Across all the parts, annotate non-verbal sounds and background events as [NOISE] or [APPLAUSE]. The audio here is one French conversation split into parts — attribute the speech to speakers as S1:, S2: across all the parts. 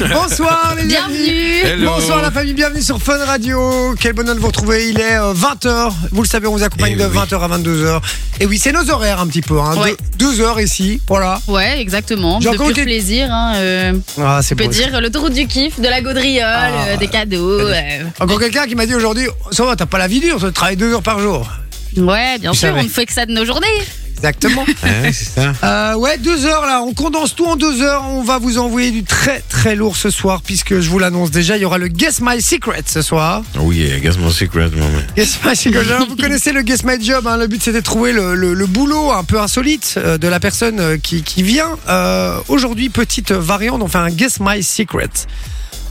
S1: [LAUGHS]
S2: Bonsoir les amis
S1: Bienvenue
S3: Hello.
S2: Bonsoir la famille, bienvenue sur Fun Radio. Quel bonheur de vous retrouver. Il est 20h. Vous le savez, on vous accompagne
S3: Eh
S2: de
S3: oui.
S2: 20h à 22h. Et oui, c'est nos horaires un petit peu. Hein.
S1: Ouais.
S2: 12h ici. Voilà.
S1: Ouais, exactement.
S2: J'ai
S1: De
S2: encore
S1: pur
S2: été-
S1: plaisir. Hein, euh,
S2: Ah, c'est
S1: on peut
S2: beau.
S1: dire l'autoroute du kiff, de la gaudriole,
S2: Ah.
S1: euh, des cadeaux. euh.
S2: Encore quelqu'un qui m'a dit aujourd'hui Ça va, t'as pas la vie dure, tu travailles deux heures par jour.
S1: euh. Ouais, bien
S2: Je
S1: sûr,
S2: savais.
S1: on ne fait que ça de nos journées.
S2: Exactement.
S3: [LAUGHS] Ouais, c'est ça.
S2: Euh, ouais, deux heures là, on condense tout en deux heures. On va vous envoyer du très très lourd ce soir, puisque je vous l'annonce déjà, il y aura le Guess My Secret ce soir.
S3: Oh yeah, guess my secret, mon man.
S2: Guess My Secret. [LAUGHS] Alors, vous connaissez le Guess My Job, hein. le but c'était de trouver le, le- le boulot un peu insolite euh, de la personne euh, qui, qui vient. Euh, Aujourd'hui, petite variante, on fait un Guess My Secret.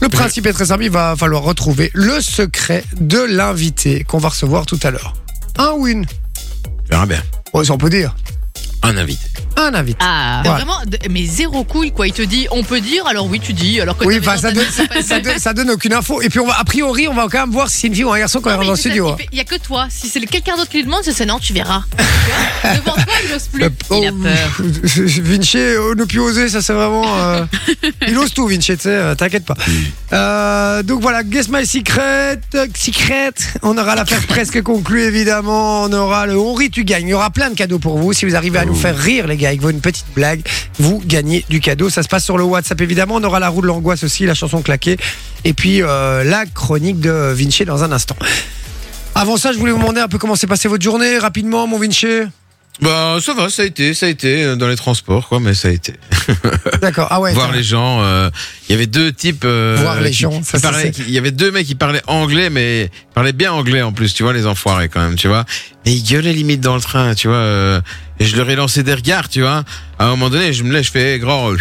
S2: Le principe est très simple, il va falloir retrouver le secret de l'invité qu'on va recevoir tout à l'heure. Un ou une
S3: Tu verras bien.
S2: Ouais, ça on peut dire.
S3: Un invité.
S2: Un invité.
S1: Ah,
S2: Ouais.
S4: Vraiment, d- mais zéro couille quoi. Il te dit, on peut dire, alors oui, tu dis, alors que
S2: Oui,
S4: t'avais
S2: enfin,
S4: dans
S2: ça
S4: ta
S2: donne,
S4: tête,
S2: ça,
S4: c'est pas-
S2: ça donne, ça donne aucune info. Et puis, on va, a priori, on va quand même voir si c'est une fille ou un garçon quand
S4: Non,
S2: il
S4: mais
S2: rentre dans le
S4: c'est ça,
S2: studio.
S4: il
S2: hein.
S4: fait- Il y a que toi. Si c'est quelqu'un d'autre qui lui demande, c'est ça. Non, tu
S2: [LAUGHS]
S4: verras. Tu vois Devant toi, il n'ose plus.
S2: Oh,
S4: Il a peur.
S2: [LAUGHS] Vinci, euh, ne plus oser, ça c'est
S4: [LAUGHS]
S2: vraiment. euh, il ose tout, Vinci, tu sais, euh, t'inquiète pas. Euh, donc voilà, Guess My Secret, euh, Secret. On aura l'affaire presque conclue, évidemment. On aura le On rit, tu gagnes. Il y aura plein de cadeaux pour vous. Si vous arrivez à
S3: Oh.
S2: nous faire rire, les gars, avec vos une petite blague, vous gagnez du cadeau. Ça se passe sur le WhatsApp, évidemment. On aura la roue de l'angoisse aussi, la chanson claquée. Et puis euh, la chronique de Vinci dans un instant. Avant ça, je voulais vous demander un peu comment s'est passée votre journée, rapidement, mon Vinci.
S3: Bah, ça va, ça a été, ça a été euh, dans les transports, quoi, mais ça a été.
S2: D'accord. Ah ouais.
S3: Voir
S2: t'as-
S3: les gens, euh, il y avait deux types. euh,
S2: Voir les
S3: qui-
S2: gens,
S3: qui
S2: ça, ça,
S3: parlaient-
S2: c'est-
S3: qui- Il y avait deux mecs qui parlaient anglais, mais ils parlaient bien anglais en plus, tu vois, les enfoirés quand même, tu vois. Mais ils gueulaient limite dans le train, tu vois. euh, et je leur ai lancé des regards, tu vois. À un moment donné, je me lève, je fais hey, grand. euh,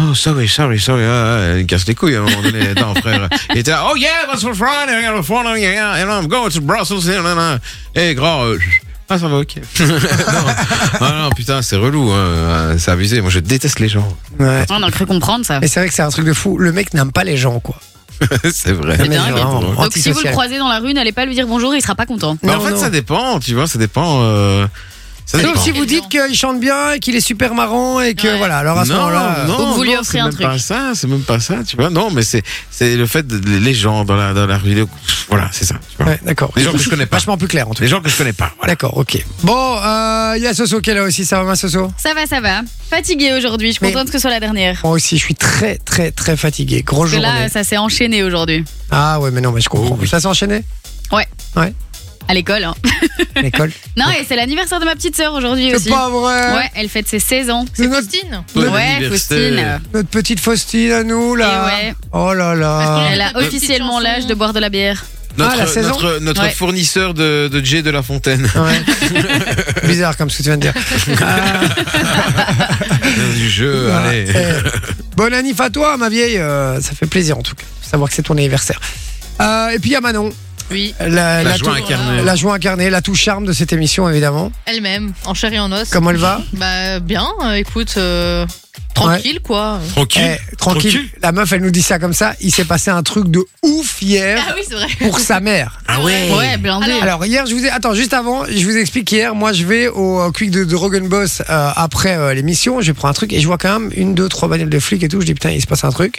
S3: Oh, sorry, sorry, sorry. Ah, ah, il casse les couilles à un moment donné. [LAUGHS] Attends, frère. Il était là, oh yeah, that's for Friday, I got a Friday, yeah, yeah, and I'm going to Brussels. yeah, yeah, yeah. Hey, grand. euh, ah, ça va, ok. [LAUGHS] non. Ah, non, putain, c'est relou. hein, C'est abusé. Moi, je déteste les gens.
S2: Ouais.
S1: on a cru comprendre ça.
S2: Et c'est vrai que c'est un truc de fou. Le mec n'aime pas les gens, quoi.
S3: [LAUGHS] c'est vrai.
S2: Le mec,
S1: dingue.
S2: est vraiment
S1: Donc si vous
S3: Donc,
S1: le
S2: antisocial.
S1: croisez dans la rue, n'allez pas lui dire bonjour, il sera pas content.
S3: Mais Bah, en
S2: Non,
S3: fait,
S2: non.
S3: ça dépend, tu vois, ça dépend. euh, ça
S2: Sauf
S3: dépend.
S2: si vous dites qu'il chante bien, et qu'il est super marrant et que
S1: Ouais.
S2: voilà. Alors à ce
S3: non,
S2: moment-là.
S3: non,
S1: Donc vous
S3: non,
S1: lui offrez
S3: c'est
S1: un
S3: même
S1: truc.
S3: pas ça, c'est même pas ça, tu vois. Non, mais c'est c'est le fait de, les gens dans la dans la rue, pff, voilà, c'est ça. tu vois.
S2: euh, Ouais, d'accord.
S3: Les gens que je connais pas.
S2: Vachement plus clair en tout
S3: Les
S2: cas.
S3: gens que je connais pas. Voilà.
S2: D'accord, ok. Bon, euh, il y a Soso qui est là aussi. Ça va, ma Soso
S1: Ça va, ça va. Fatiguée aujourd'hui, je suis
S2: Mais-
S1: contente que ce soit la dernière.
S2: Moi aussi, je suis très, très, très fatigué. Grosse
S1: Parce que
S2: journée.
S1: là, ça s'est enchaîné aujourd'hui.
S2: Ah ouais, mais non, mais je comprends.
S3: Oh, oui.
S2: Ça s'est
S3: [LAUGHS]
S2: enchaîné
S1: À
S2: [LAUGHS]
S1: l'école. hein.
S2: L'école
S1: Non, et c'est l'anniversaire de ma petite sœur aujourd'hui
S2: C'est
S1: aussi.
S2: pas vrai
S1: Ouais, elle fête ses 16 ans.
S2: C'est notre,
S4: Christine,
S3: Bon
S1: ouais,
S3: anniversaire.
S1: Faustine. euh,
S2: notre petite Faustine à nous, là.
S1: Et ouais.
S2: Oh là là.
S1: Elle a
S4: Petite
S1: officiellement
S4: chanson.
S1: l'âge de boire de la bière.
S3: Notre
S2: Ah, la saison
S3: notre, notre
S1: Ouais.
S3: fournisseur de de Jay de la Fontaine. [LAUGHS]
S2: Ouais. [LAUGHS] Bizarre comme ce que tu viens de dire. Ah.
S3: du jeu,
S2: Voilà.
S3: allez. [LAUGHS]
S2: Eh, Bonne annif à toi, ma vieille. euh, ça fait plaisir en tout cas, de savoir que c'est ton anniversaire. Euh, et puis il y a Manon,
S4: oui,
S2: la,
S3: La joie
S2: tou-
S3: incarnée.
S2: la joie incarnée, la touche charme de cette émission évidemment.
S4: elle-même, en chair et en os.
S2: Comment elle va
S4: Bah bien, euh, écoute, euh, tranquille quoi.
S3: Tranquille.
S2: Eh, tranquille. La meuf, elle nous dit ça comme ça. Il s'est passé un truc de ouf hier
S4: Ah oui, c'est vrai.
S2: pour sa mère.
S3: Ah ouais.
S1: Ouais,
S2: [LAUGHS]
S1: blindée.
S2: Alors hier, je vous ai. Attends, juste avant, je vous explique hier. Moi, je vais au euh, Quick de Dragon Boss euh, après euh, l'émission. Je prends un truc et je vois quand même une, deux, trois bagnoles de flics et tout. Je dis putain, il se passe un truc.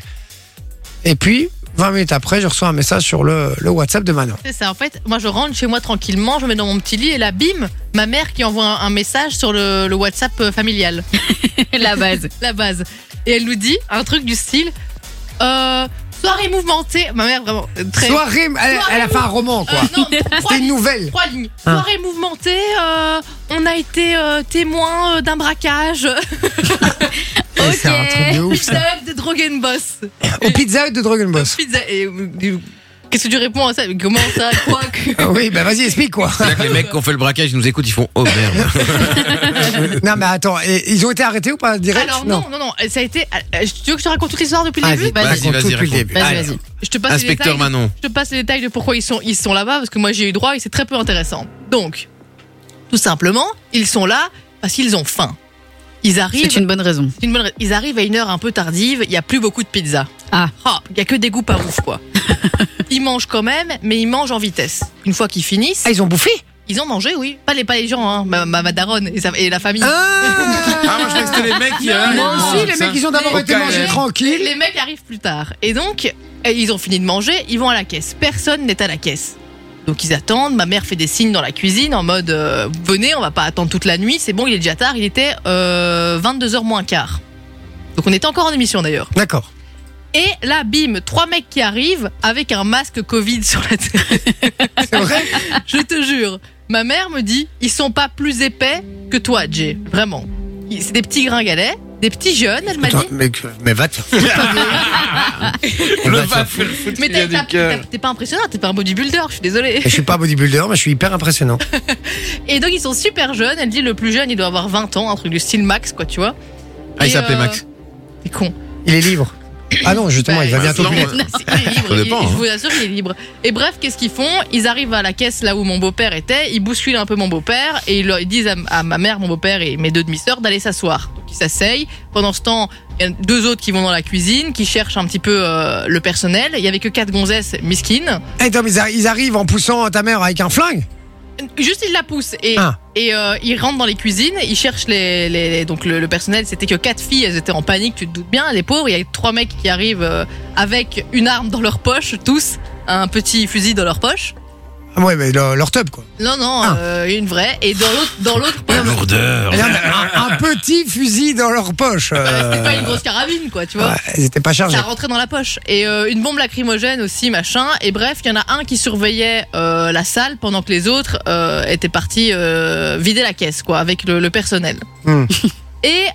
S2: Et puis, 20 minutes après, je reçois un message sur le, le WhatsApp de Manon.
S4: C'est ça. En fait, moi, je rentre chez moi tranquillement, je me mets dans mon petit lit et là, bim, ma mère qui envoie un, un message sur le, le WhatsApp euh, familial,
S1: [LAUGHS] la base.
S4: la base. Et elle nous dit un truc du style, euh, soirée mouvementée. Ma mère vraiment euh, très.
S2: Soirée, elle, elle a fait un roman quoi.
S4: Euh, non, trois
S2: C'est une
S4: lignes.
S2: nouvelle.
S4: Trois lignes.
S2: Hein.
S4: Soirée mouvementée, euh, on a été euh, témoin euh, d'un braquage.
S2: Et Eh, C'est un truc de ouf.
S4: Pizza
S2: Ça.
S4: Hut de Dragon Boss.
S2: Au Pizza Hut de Dragon [LAUGHS] Boss.
S4: Pizza. et, euh, Qu'est-ce que tu réponds à ça Mais Comment ça Quoi que...
S2: Ah Oui, bah vas-y, explique [LAUGHS] quoi.
S3: C'est-à-dire que les mecs qui ont fait le braquage, ils nous écoutent, ils font oh merde.
S2: non mais attends, et ils ont été arrêtés ou pas direct
S4: Alors non, non, non, ça a été. euh, Tu veux que je te raconte toute l'histoire depuis le
S2: Vas-y,
S4: début
S3: Vas-y,
S2: raconte
S3: vas-y,
S2: tout depuis le
S3: raconte.
S2: début.
S1: Vas-y,
S2: Allez.
S1: vas-y.
S4: Je te passe les
S3: Inspecteur
S4: détails.
S3: Manon.
S4: Je te passe les détails de pourquoi ils sont, ils sont là-bas parce que moi j'ai eu droit et c'est très peu intéressant. Donc, tout simplement, ils sont là parce qu'ils ont faim. Ils
S1: C'est
S4: arrivent.
S1: une bonne raison.
S4: c'est une bonne ra- Ils arrivent à une heure un peu tardive. Il y a plus beaucoup de pizza.
S1: Ah.
S4: il y a que des goûts pas ouf quoi. ils mangent quand même, mais ils mangent en vitesse. Une fois qu'ils finissent,
S2: Ah, ils ont bouffé
S4: Ils ont mangé, oui. Pas les, pas les gens, hein. ma, ma, ma daronne et, sa- et la famille.
S3: Ah, moi je pensais que c'était les mecs qui.
S2: Ah,
S3: hein,
S2: Moi
S3: ils
S2: aussi,
S3: mangent
S2: les
S3: ça.
S2: mecs, ils ont d'abord
S3: Ok.
S2: été mangés tranquilles.
S4: [LAUGHS] Les mecs arrivent plus tard. Et donc, euh, ils ont fini de manger, ils vont à la caisse. Personne n'est à la caisse. Donc ils attendent, ma mère fait des signes dans la cuisine en mode euh, venez, on va pas attendre toute la nuit, c'est bon, il est déjà tard, il était 22h moins quart. Donc on était encore en émission d'ailleurs.
S2: D'accord.
S4: Et là, bim, trois mecs qui arrivent avec un masque Covid sur la tête.
S2: [LAUGHS] C'est vrai
S4: Je te jure, ma mère me dit, ils sont pas plus épais que toi, Jay. Vraiment. Ils- C'est des petits gringalets, des petits jeunes, elle m'a dit.
S2: Attends, mais, que- mais va
S4: [LAUGHS]
S2: te faire foutre.
S3: Le
S2: Va te
S3: va
S2: faire
S3: faire foutre.
S4: Mais
S3: il y a
S4: t'as-
S3: des
S4: t'as-
S3: cœurs.
S4: t'as- t'es pas impressionnant, t'es pas un bodybuilder, je suis désolée.
S2: Je suis pas bodybuilder, mais je suis hyper impressionnant.
S3: Eh.
S4: Et donc ils sont super jeunes, elle dit le plus jeune il doit avoir 20 ans, un truc du style Max quoi, tu vois.
S3: Ah, il
S4: Et,
S3: s'appelait
S4: euh,
S3: Max.
S4: T'es con.
S2: Il est libre. Ah non, justement,
S4: Bah,
S2: il va
S3: bah,
S2: bientôt
S3: non,
S2: plus
S4: [LAUGHS]
S2: l'être.
S3: euh,
S4: Il est libre,
S3: Ça
S4: il-
S3: dépend,
S4: je
S3: hein.
S4: vous assure qu'il est libre. Et bref, qu'est-ce qu'ils font Ils arrivent à la caisse là où mon beau-père était, ils bousculent un peu mon beau-père et ils, leur- ils disent à, à ma mère, mon beau-père et mes deux demi-sœurs d'aller s'asseoir. Donc ils s'asseyent. Pendant ce temps, il y a deux autres qui vont dans la cuisine, qui cherchent un petit peu euh, le personnel. Il y avait que quatre gonzesses miskines.
S2: Eh, Tom, ils, arri- ils arrivent en poussant ta mère avec un flingue
S4: Juste, ils la poussent et,
S2: Ah.
S4: et euh, ils rentrent dans les cuisines, ils cherchent les, les- les- donc le, le personnel. C'était que quatre filles, elles étaient en panique, tu te doutes bien, les pauvres. Il y a trois mecs qui arrivent euh, avec une arme dans leur poche, tous, un petit fusil dans leur poche.
S2: Ah Ouais, mais le- leur tub, quoi.
S4: Non, non,
S2: Ah.
S4: euh, une vraie. Et dans l'autre, dans l'autre poche,
S2: Il y en a Un, un petit fusil dans leur poche.
S4: [LAUGHS]
S2: euh,
S4: c'était pas une grosse carabine, quoi, tu vois.
S2: ouais, ils étaient pas chargés.
S4: Ça rentrait dans la poche. Et euh, une bombe lacrymogène aussi, machin. Et bref, il y en a un qui surveillait euh, la salle pendant que les autres euh, étaient partis euh, vider la caisse, quoi, avec le, le personnel.
S2: Hmm.
S4: [LAUGHS] Et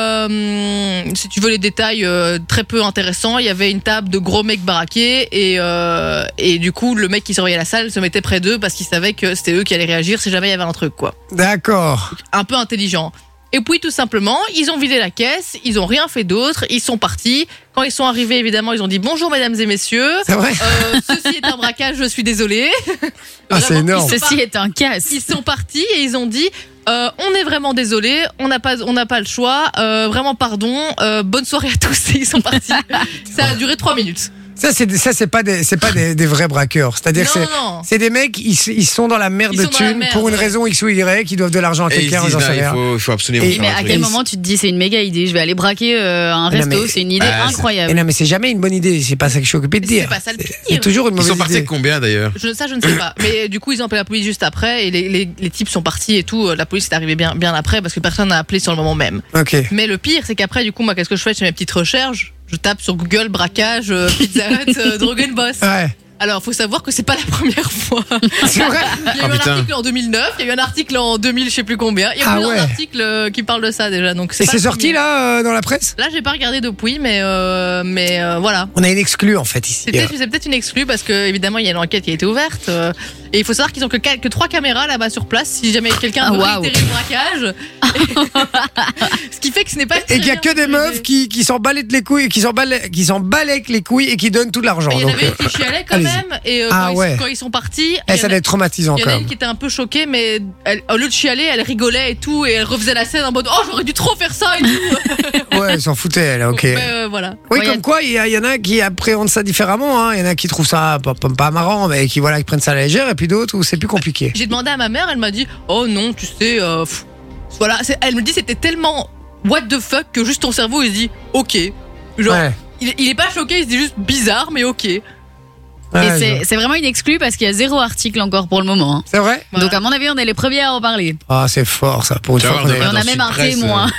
S4: euh, hum, si tu veux les détails euh, très peu intéressants, il y avait une table de gros mecs baraqués et, euh, et du coup le mec qui surveillait la salle se mettait près d'eux parce qu'il savait que c'était eux qui allaient réagir si jamais il y avait un truc quoi
S2: D'accord.
S4: un peu intelligent. Et puis tout simplement, ils ont vidé la caisse, ils ont rien fait d'autre, ils sont partis. Quand ils sont arrivés, évidemment, ils ont dit bonjour mesdames et messieurs.
S2: C'est vrai
S4: Euh, ceci est un braquage, je suis désolé.
S2: Ah, c'est
S4: Vraiment,
S2: énorme.
S4: ils sont
S1: Ceci est un casse.
S4: Ils sont partis et ils ont dit euh, on est vraiment désolé, on n'a pas on n'a pas le choix, euh, vraiment pardon, euh, bonne soirée à tous. Et ils sont partis. Ça a duré trois minutes.
S2: Ça, c'est des- ça, c'est pas des, c'est pas des, des vrais braqueurs.
S4: Non
S2: C'est-à-dire, que c'est,
S4: non non.
S2: c'est des mecs, ils, s- ils sont dans la merde
S4: Hein. Ils
S2: de
S4: sont dans la
S2: thunes
S4: merde,
S2: pour une
S4: ouais.
S2: raison X ou Y, ils doivent de l'argent à
S3: Et ils
S2: quelqu'un,
S3: se
S2: j'en
S3: disent,
S2: sais
S3: là, il
S2: rien.
S3: faut, il faut absolument
S2: Et-
S3: faire
S1: Mais
S3: un
S1: à
S3: truc.
S1: quel
S2: Ils-
S1: moment tu te dis c'est une méga idée, je vais aller braquer euh, un
S2: Mais non,
S1: resto,
S2: mais-
S1: c'est une idée
S3: Ah, c'est-
S2: Et
S1: incroyable.
S2: non, mais c'est jamais une bonne idée, c'est pas ça que je suis occupé de
S4: C'est
S2: dire.
S4: pas ça le
S2: C'est
S4: pire.
S2: toujours une
S3: Ils
S2: mauvaise
S3: sont partis
S2: idée.
S3: avec combien d'ailleurs
S4: Je, ça, je ne sais pas. Mais euh, du coup, ils ont appelé la police juste après et les, les- les types sont partis et tout. Euh, La police est arrivée bien, bien après parce que personne n'a appelé sur le moment même.
S2: Ok.
S4: Mais le pire, c'est qu'après, du coup, moi, qu'est-ce que je fais Je fais mes petites recherches. Je tape sur Google braquage, euh, Pizza Hut,
S2: [LAUGHS]
S4: euh, Dragon Boss.
S2: Ouais.
S4: Alors, faut savoir que c'est pas la première fois.
S2: C'est vrai.
S4: Il y a eu
S3: Ah,
S4: un
S3: putain.
S4: article en 2009, il y a eu un article en 2000, je sais plus combien. Il y a
S2: Ah
S4: eu
S2: ouais.
S4: un article euh, qui parle de ça déjà. Donc
S2: Et
S4: pas
S2: c'est
S4: la
S2: sorti
S4: première.
S2: là euh, dans la presse
S4: Là, j'ai pas regardé depuis, mais euh, mais euh, voilà.
S2: On a une exclue en fait ici.
S4: C'est peut-être c'est peut-être une exclue parce que évidemment il y a une enquête qui a été ouverte euh, et il faut savoir qu'ils ont que, qua- que trois caméras là-bas sur place si jamais quelqu'un
S1: Ah,
S4: veut
S1: waouh.
S4: réitérer le braquage. [LAUGHS]
S2: [LAUGHS]
S4: ce qui fait que ce n'est pas
S2: Et qu'il y a
S4: très
S2: que
S4: bien
S2: des meufs
S4: organisé.
S2: qui, qui s'en balèquent les couilles, qui s'en balèquent- qui s'en balèquent les couilles et qui donnent tout de l'argent.
S4: Mais Il y en
S2: donc,
S4: avait
S2: euh,
S4: une qui chialait quand
S2: allez-y.
S4: même et euh,
S2: Ah,
S4: quand, ils-
S2: ouais.
S4: quand ils sont partis,
S2: eh,
S4: il y en
S2: ça
S4: a-
S2: doit être traumatisant
S4: il y en
S2: quand
S4: a une
S2: même.
S4: qui était un peu choquée, mais elle, au lieu de chialer, elle rigolait et tout, et elle refaisait la scène en mode Oh, j'aurais dû trop faire ça et tout.
S2: Ouais, elle s'en foutait, elle, [LAUGHS] ok.
S4: Mais euh, voilà.
S2: Oui,
S1: Ouais, y
S2: comme
S1: a-
S2: quoi, il y, a- il y en a qui appréhendent ça différemment. hein. Il y en a qui trouvent ça pas, pas- pas marrant, mais qui voilà, qui prennent ça à la légère, et puis d'autres où c'est plus compliqué.
S4: J'ai demandé à ma mère, elle m'a dit Oh non, tu sais, euh, pff, voilà. C'est- Elle me dit C'était tellement what the fuck que juste ton cerveau il se dit Ok. Genre,
S2: Ouais,
S4: il, il est pas choqué, il se dit juste bizarre, mais ok.
S1: Et
S2: ouais,
S1: c'est-
S2: je-
S1: c'est vraiment une exclue parce qu'il y a zéro article encore pour le moment. hein.
S2: c'est vrai
S4: Voilà.
S1: Donc à mon avis, on est les premiers à en parler.
S2: Ah, c'est fort ça, pour une
S3: Tu
S2: fois
S3: vas
S2: qu'on
S3: voir
S2: est-
S1: Et on
S3: Dans
S1: a même un
S3: Supresse,
S1: témoin.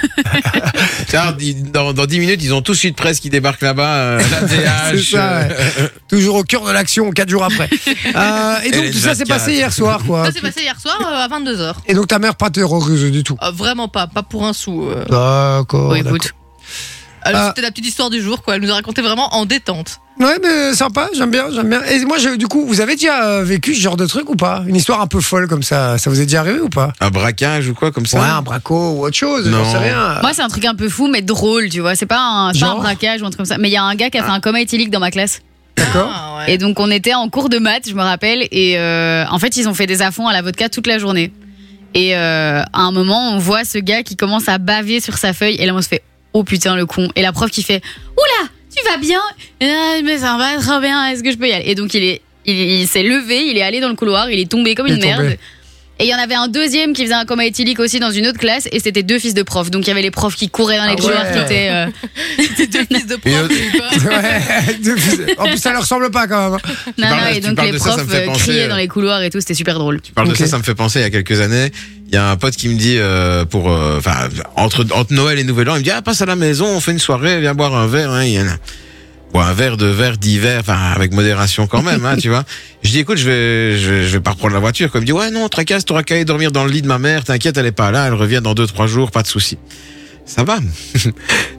S3: Tu vois, ils- dans, dans 10 minutes, ils ont tout de suite presse qui débarque là-bas,
S2: [LAUGHS]
S3: euh, la
S2: C'est
S3: DH.
S2: ça,
S3: euh,
S2: ouais. Toujours au cœur de l'action, quatre jours [LAUGHS] après. Euh, et donc,
S3: les
S2: tout ça s'est
S3: 24.
S2: passé hier soir, quoi.
S4: Ça s'est passé hier soir euh, à 22h.
S2: Et donc, ta mère pas terrorisée du tout.
S4: vraiment pas, pas pour un sou. euh.
S2: D'accord.
S1: Oui,
S2: d'accord.
S1: écoute.
S4: Alors,
S2: Ah.
S4: C'était la petite histoire du jour, quoi. Elle nous a raconté vraiment en détente.
S2: Ouais, mais sympa, j'aime bien, j'aime bien. Et moi, je- du coup, vous avez déjà euh, vécu ce genre de truc ou pas Une histoire un peu folle comme ça, ça vous est déjà arrivé ou pas
S3: Un braquage ou quoi comme ça
S2: Ouais, un braco ou autre chose,
S3: Non.
S2: j'en sais rien.
S1: Moi, c'est un truc un peu fou, mais drôle, tu vois. C'est pas, un- c'est pas un
S2: Ah. Genre
S1: braquage ou un truc comme ça. Mais il y a un gars qui a fait un coma éthylique dans ma classe.
S2: D'accord
S4: Ah, ouais.
S1: Et donc, on était en cours de maths, je me rappelle. Et euh, en fait, ils ont fait des affronts à la vodka toute la journée. Et euh, à un moment, on voit ce gars qui commence à baver sur sa feuille. Et là, on se fait Oh putain, le con. Et la prof qui fait Oula, tu vas bien Ah, Mais ça va trop bien, est-ce que je peux y aller Et donc, il est. Il, il s'est levé, il est allé dans le couloir, il est tombé comme
S2: Il
S1: une
S2: est tombé.
S1: merde. Et il y en avait un deuxième qui faisait un coma éthylique aussi dans une autre classe. Et c'était deux fils de profs. Donc il y avait les profs qui couraient dans les
S2: Ah
S1: couloirs
S2: ouais.
S1: qui étaient.
S4: [LAUGHS]
S1: euh,
S4: Deux fils de
S2: [LAUGHS]
S3: Et
S4: prof,
S3: autre-
S4: j'ai eu peur.
S2: [LAUGHS] Ouais. [LAUGHS] De- en plus, ça leur ressemble pas quand même. hein.
S1: Non,
S3: parles-
S1: non,
S3: tu
S1: et donc
S3: parles
S1: les
S3: de ça, ça
S1: profs
S3: me fait
S1: euh,
S3: penser,
S1: criaient
S3: euh,
S1: dans les couloirs et tout, c'était super drôle.
S3: Tu parles
S2: Ok.
S3: de ça, ça me fait penser il y a quelques années. Il y a un pote qui me dit, euh, pour, euh, enfin, entre, entre Noël et Nouvel An, il me dit, ah, passe à la maison, on fait une soirée, viens boire un verre, hein, Yann. Bon, un verre de verre d'hiver, enfin, avec modération quand même, hein, tu vois. Je dis, écoute, je vais, je vais, je vais pas reprendre la voiture. Comme il me dit, ouais, non, tracasse, t'auras qu'à aller dormir dans le lit de ma mère, t'inquiète, elle est pas là, elle revient dans deux, trois jours, pas de souci. Ça va.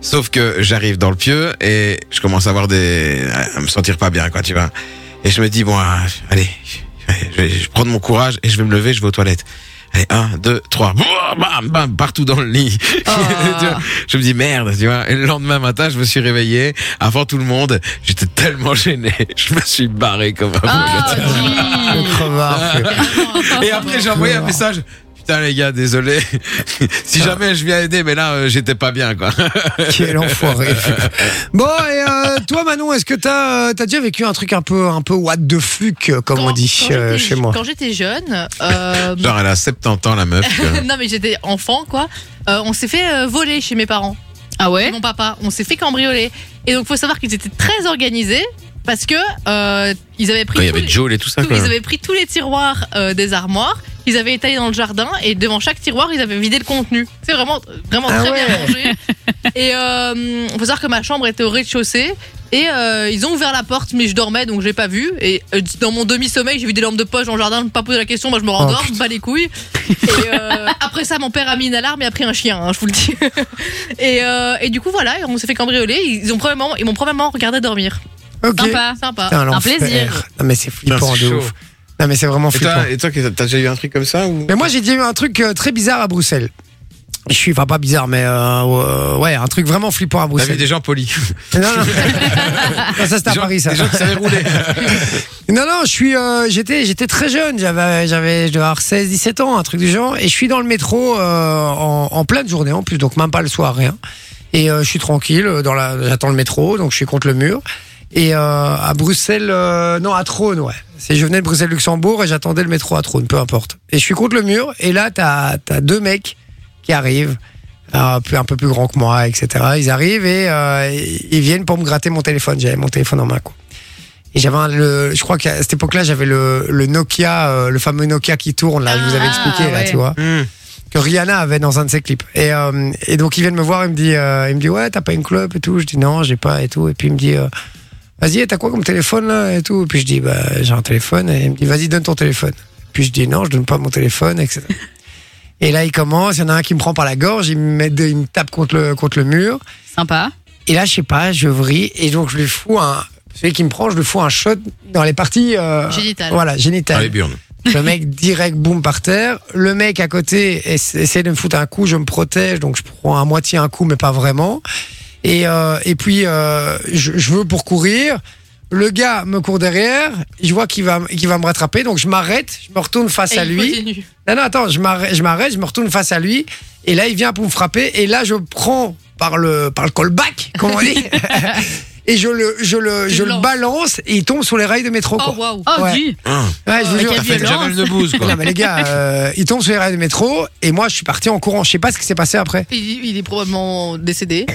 S3: Sauf que j'arrive dans le pieu et je commence à avoir des, à me sentir pas bien, quoi, tu vois. Et je me dis, bon, ah, allez, je vais je vais prendre mon courage et je vais me lever, je vais aux toilettes. Allez, un, deux, trois, Bouah, bam, bam, partout dans le lit. [LAUGHS] Tu vois, je me dis merde, tu vois. Et le lendemain matin, je me suis réveillé avant tout le monde. J'étais tellement gêné, [LAUGHS] je me suis barré comme un
S4: Ah.
S1: Oh,
S3: voleur.
S2: Le
S1: dis.
S2: crevard.
S3: [LAUGHS] Et après, j'ai envoyé un message. Putain les gars, désolé. [LAUGHS] si jamais je viens aider, mais là euh, j'étais pas bien quoi. [LAUGHS]
S2: Quel enfoiré. Bon, et euh, toi, Manon, est-ce que t'as as déjà vécu un truc un peu, un peu what the fuck, euh, comme
S4: Quand-
S2: on dit
S4: quand
S2: euh,
S4: j'étais-
S2: chez moi
S4: Quand j'étais jeune, euh,
S3: Genre elle a 70 ans la meuf. quoi.
S4: [LAUGHS] non mais j'étais enfant quoi, euh, on s'est fait euh, voler chez mes parents.
S1: Ah ouais
S4: mon papa, on s'est fait cambrioler. Et donc, faut savoir qu'ils étaient très organisés parce que euh, ils avaient pris
S3: Ouais, Il y
S4: tous
S3: avait
S4: les-
S3: Joel et tout ça
S4: tous-
S3: quoi.
S4: ils avaient pris tous les tiroirs euh, des armoires, ils avaient étalé dans le jardin et devant chaque tiroir, ils avaient vidé le contenu. C'est vraiment vraiment
S2: Ah
S4: très
S2: ouais.
S4: bien rangé.
S2: [LAUGHS]
S4: et euh, faut savoir que ma chambre était au rez-de-chaussée. Et euh, ils ont ouvert la porte, mais je dormais donc j'ai pas vu. Et euh, dans mon demi-sommeil, j'ai vu des lampes de poche dans le jardin, je me pas posé la question, moi
S2: Oh,
S4: je me rendors, je me bats les couilles. Et
S2: [LAUGHS]
S4: euh, après ça, mon père a mis une alarme et a pris un chien, hein, je vous le dis. [LAUGHS] Et, euh, et du coup, voilà, on s'est fait cambrioler. Ils ont probablement, ils m'ont probablement regardé dormir. Ah,
S2: Ok.
S1: Sympa.
S4: Sympa.
S2: Putain, l'enfer.
S1: plaisir.
S2: Non, mais c'est flippant
S3: Putain, c'est
S2: de
S3: chaud.
S2: ouf. Non, mais c'est vraiment
S3: Et
S2: flippant.
S3: toi, et toi, que- t'as déjà eu un truc comme ça ou
S2: Mais moi, j'ai déjà eu un truc euh, très bizarre à Bruxelles. Je suis, enfin, pas bizarre, mais euh, euh, ouais, un truc vraiment flippant à
S3: T'as vu
S2: Bruxelles.
S3: des gens polis.
S2: Non,
S3: [LAUGHS]
S2: non. Non, ça, c'était à
S3: Des gens-
S2: Paris, ça.
S3: Des gens qui
S2: [LAUGHS]
S3: savaient rouler.
S2: Non, non, je suis, euh, j'étais, j'étais très jeune. J'avais, j'avais, je devais avoir 16, 17 ans, un truc du genre. Et je suis dans le métro euh, en, en pleine journée, en plus, donc même pas le soir, rien. Et euh, je suis tranquille, euh, dans la, j'attends le métro, donc je suis contre le mur. Et euh, à Bruxelles, euh, non, à Trône, ouais. C'est, je venais de Bruxelles-Luxembourg et j'attendais le métro à Trône, peu importe. Et je suis contre le mur, et là, t'as, t'as deux mecs qui arrivent, euh, plus- un peu plus grands que moi, etc. Ils arrivent et euh, ils viennent pour me gratter mon téléphone. J'avais mon téléphone en main, quoi. Et j'avais un- le, je crois qu'à cette époque-là, j'avais le, le Nokia, euh, le fameux Nokia qui tourne, là, je vous avais
S1: Ah,
S2: expliqué, là,
S1: ouais.
S2: tu vois
S3: Hmm.
S2: que Rihanna avait dans un de ses clips. Et, euh, et donc il vient de me voir, il me dit, euh, il me dit ouais t'as pas une clope et tout. Je dis non j'ai pas et tout. Et puis il me dit euh, vas-y t'as quoi comme téléphone là et tout. Et puis je dis bah j'ai un téléphone et il me dit vas-y donne ton téléphone. Puis je dis non je donne pas mon téléphone etc. et là il commence, il y en a un qui me prend par la gorge, il me met, deux- il me tape contre le contre le mur.
S1: Sympa.
S2: Et là je sais pas, je vris et donc je lui fous un celui qui me prend, je lui fous un shot dans les parties euh,
S4: Génitales.
S2: Voilà
S3: Dans
S2: génitales.
S3: les burnes.
S2: Le mec direct boum par terre. Le mec à côté essa- essaie de me foutre un coup, je me protège, donc je prends à moitié un coup, mais pas vraiment. Et, euh, et puis euh, je, je veux pour courir. Le gars me court derrière, je vois qu'il va, qu'il va me rattraper, donc je m'arrête, je me retourne face
S4: Et
S2: à
S4: il
S2: lui.
S4: continue.
S2: Non, non, attends, je m'arrête, je m'arrête, je me retourne face à lui, et là il vient pour me frapper, et là je prends par le, par le callback, comme
S4: [LAUGHS]
S2: on dit, et je le, je le,
S4: Tu
S2: je
S4: le
S2: le
S4: lances.
S2: balance, et il tombe sur les rails de métro.
S4: Oh
S2: quoi.
S4: waouh.
S1: Oh,
S2: Ouais.
S1: dis.
S3: Hein.
S2: Ouais, je vous
S1: Oh,
S2: jure.
S1: quelle
S3: T'as fait une
S1: violence.
S3: Jamel Debbouze quoi.
S2: [LAUGHS] Non mais les gars, euh, ils tombent sur les rails de métro et moi je suis parti en courant. Je sais pas ce qui s'est passé après.
S4: Il, il est probablement décédé.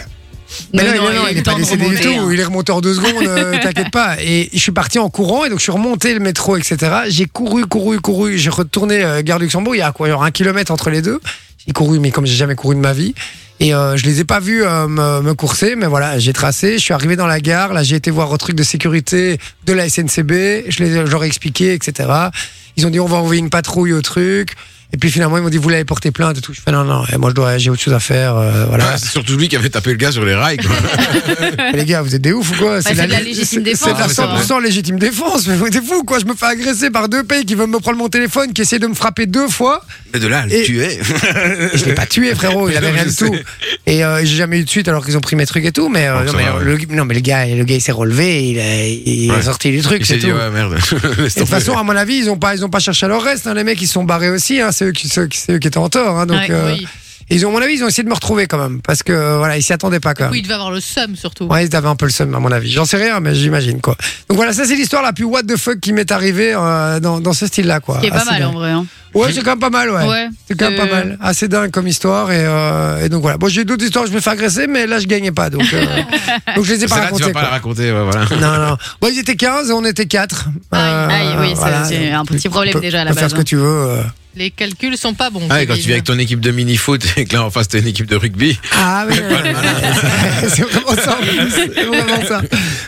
S2: Mais non,
S1: Non, non,
S2: non,
S1: il
S2: il
S1: est
S2: est pas
S1: temps de
S2: décédé du
S1: remonter,
S2: tout.
S1: hein.
S2: Il est remonté en deux secondes, [LAUGHS] euh, t'inquiète pas. Et je suis parti en courant et donc je suis remonté le métro, etc. J'ai couru, couru, couru. J'ai retourné euh, gare Luxembourg. Il y a quoi Genre un kilomètre entre les deux. J'ai couru, mais comme j'ai jamais couru de ma vie. Et euh, je les ai pas vus euh, me, me courser, mais voilà, j'ai tracé. Je suis arrivé dans la gare. Là, j'ai été voir un truc de sécurité de la SNCB. Je, les, je leur ai expliqué, etc. Ils ont dit on va envoyer une patrouille au truc. Et puis finalement ils m'ont dit vous l'avez porté plainte et tout. Je fais non non. Et moi je dois j'ai autre chose à faire. euh, voilà.
S3: Ah, c'est surtout lui qui avait tapé le gars sur les rails.
S2: [LAUGHS]
S3: quoi.
S2: Mais les gars, vous êtes des oufs ou quoi
S1: c'est de la légitime
S2: c'est-
S1: défense,
S2: C'est de la
S3: ouais, c'est
S2: 100% légitime défense. Mais vous êtes fous quoi Je me fais agresser par deux pays qui veulent me prendre mon téléphone, qui essaient de me frapper deux fois.
S3: Mais de là, le
S2: Et-
S3: tuer.
S2: Et je l'ai pas tué, frérot. Il avait
S3: Non,
S2: rien
S3: je
S2: du
S3: sais.
S2: tout. Et euh, j'ai jamais eu de suite alors qu'ils ont pris mes trucs et tout. Mais, euh,
S3: Ah,
S2: non,
S3: ça
S2: mais
S3: va, ouais.
S2: le, non, mais le gars, le gars, il s'est relevé. Il a, il
S3: Ouais.
S2: est sorti du truc.
S3: Il
S2: C'est
S3: s'est
S2: tout.
S3: dit, ouais, merde. [LAUGHS] Laisse
S2: Et de toute
S3: tomber.
S2: façon, à mon avis, ils ont pas, ils ont pas cherché à leur reste. hein. Les mecs, ils se sont barrés aussi. Hein. C'est eux qui, c'est eux qui étaient en tort. Hein. Donc,
S1: Ouais,
S2: euh,
S4: oui.
S2: ils ont, à mon avis, ils ont essayé de me retrouver quand même, parce que euh, voilà, ils s'y attendaient pas quand même.
S4: Oui, il devait avoir le seum surtout.
S2: Ouais, ils avaient un peu le seum, à mon avis. J'en sais rien, mais j'imagine, quoi. Donc voilà, ça, c'est l'histoire la plus what the fuck qui m'est arrivée euh, dans, dans ce style-là, quoi.
S1: Qui est pas
S2: Assez
S1: mal en
S2: dingue.
S1: vrai. hein.
S2: Ouais, c'est quand même pas mal, ouais.
S1: Ouais.
S2: C'est quand même
S1: Euh,
S2: pas mal. Assez dingue comme histoire. Et, euh, et donc voilà. Bon, j'ai d'autres histoires, je me fais agresser, mais là, je gagnais pas. Donc,
S1: [LAUGHS]
S2: euh, donc je les ai pas
S3: Celle-là, tu vas
S2: racontées.
S3: pas
S2: quoi.
S3: la raconter,
S2: [LAUGHS]
S3: ouais, voilà.
S2: Non, non. Bon, ils étaient 15 et on était Euh, 4.
S1: Aïe, aïe, oui, ça, c'est un petit problème déjà, à la
S2: Faire
S1: base,
S2: ce que
S1: hein.
S2: tu veux. euh.
S4: Les calculs sont pas bons.
S3: Ah, et quand
S4: Kevin.
S3: tu viens avec ton équipe de mini-foot [LAUGHS] et que là en face t'as une équipe de rugby,
S2: Ah oui, oui, oui. [LAUGHS] c'est vraiment
S3: [LAUGHS]
S2: ça. en plus. C'est vraiment ça.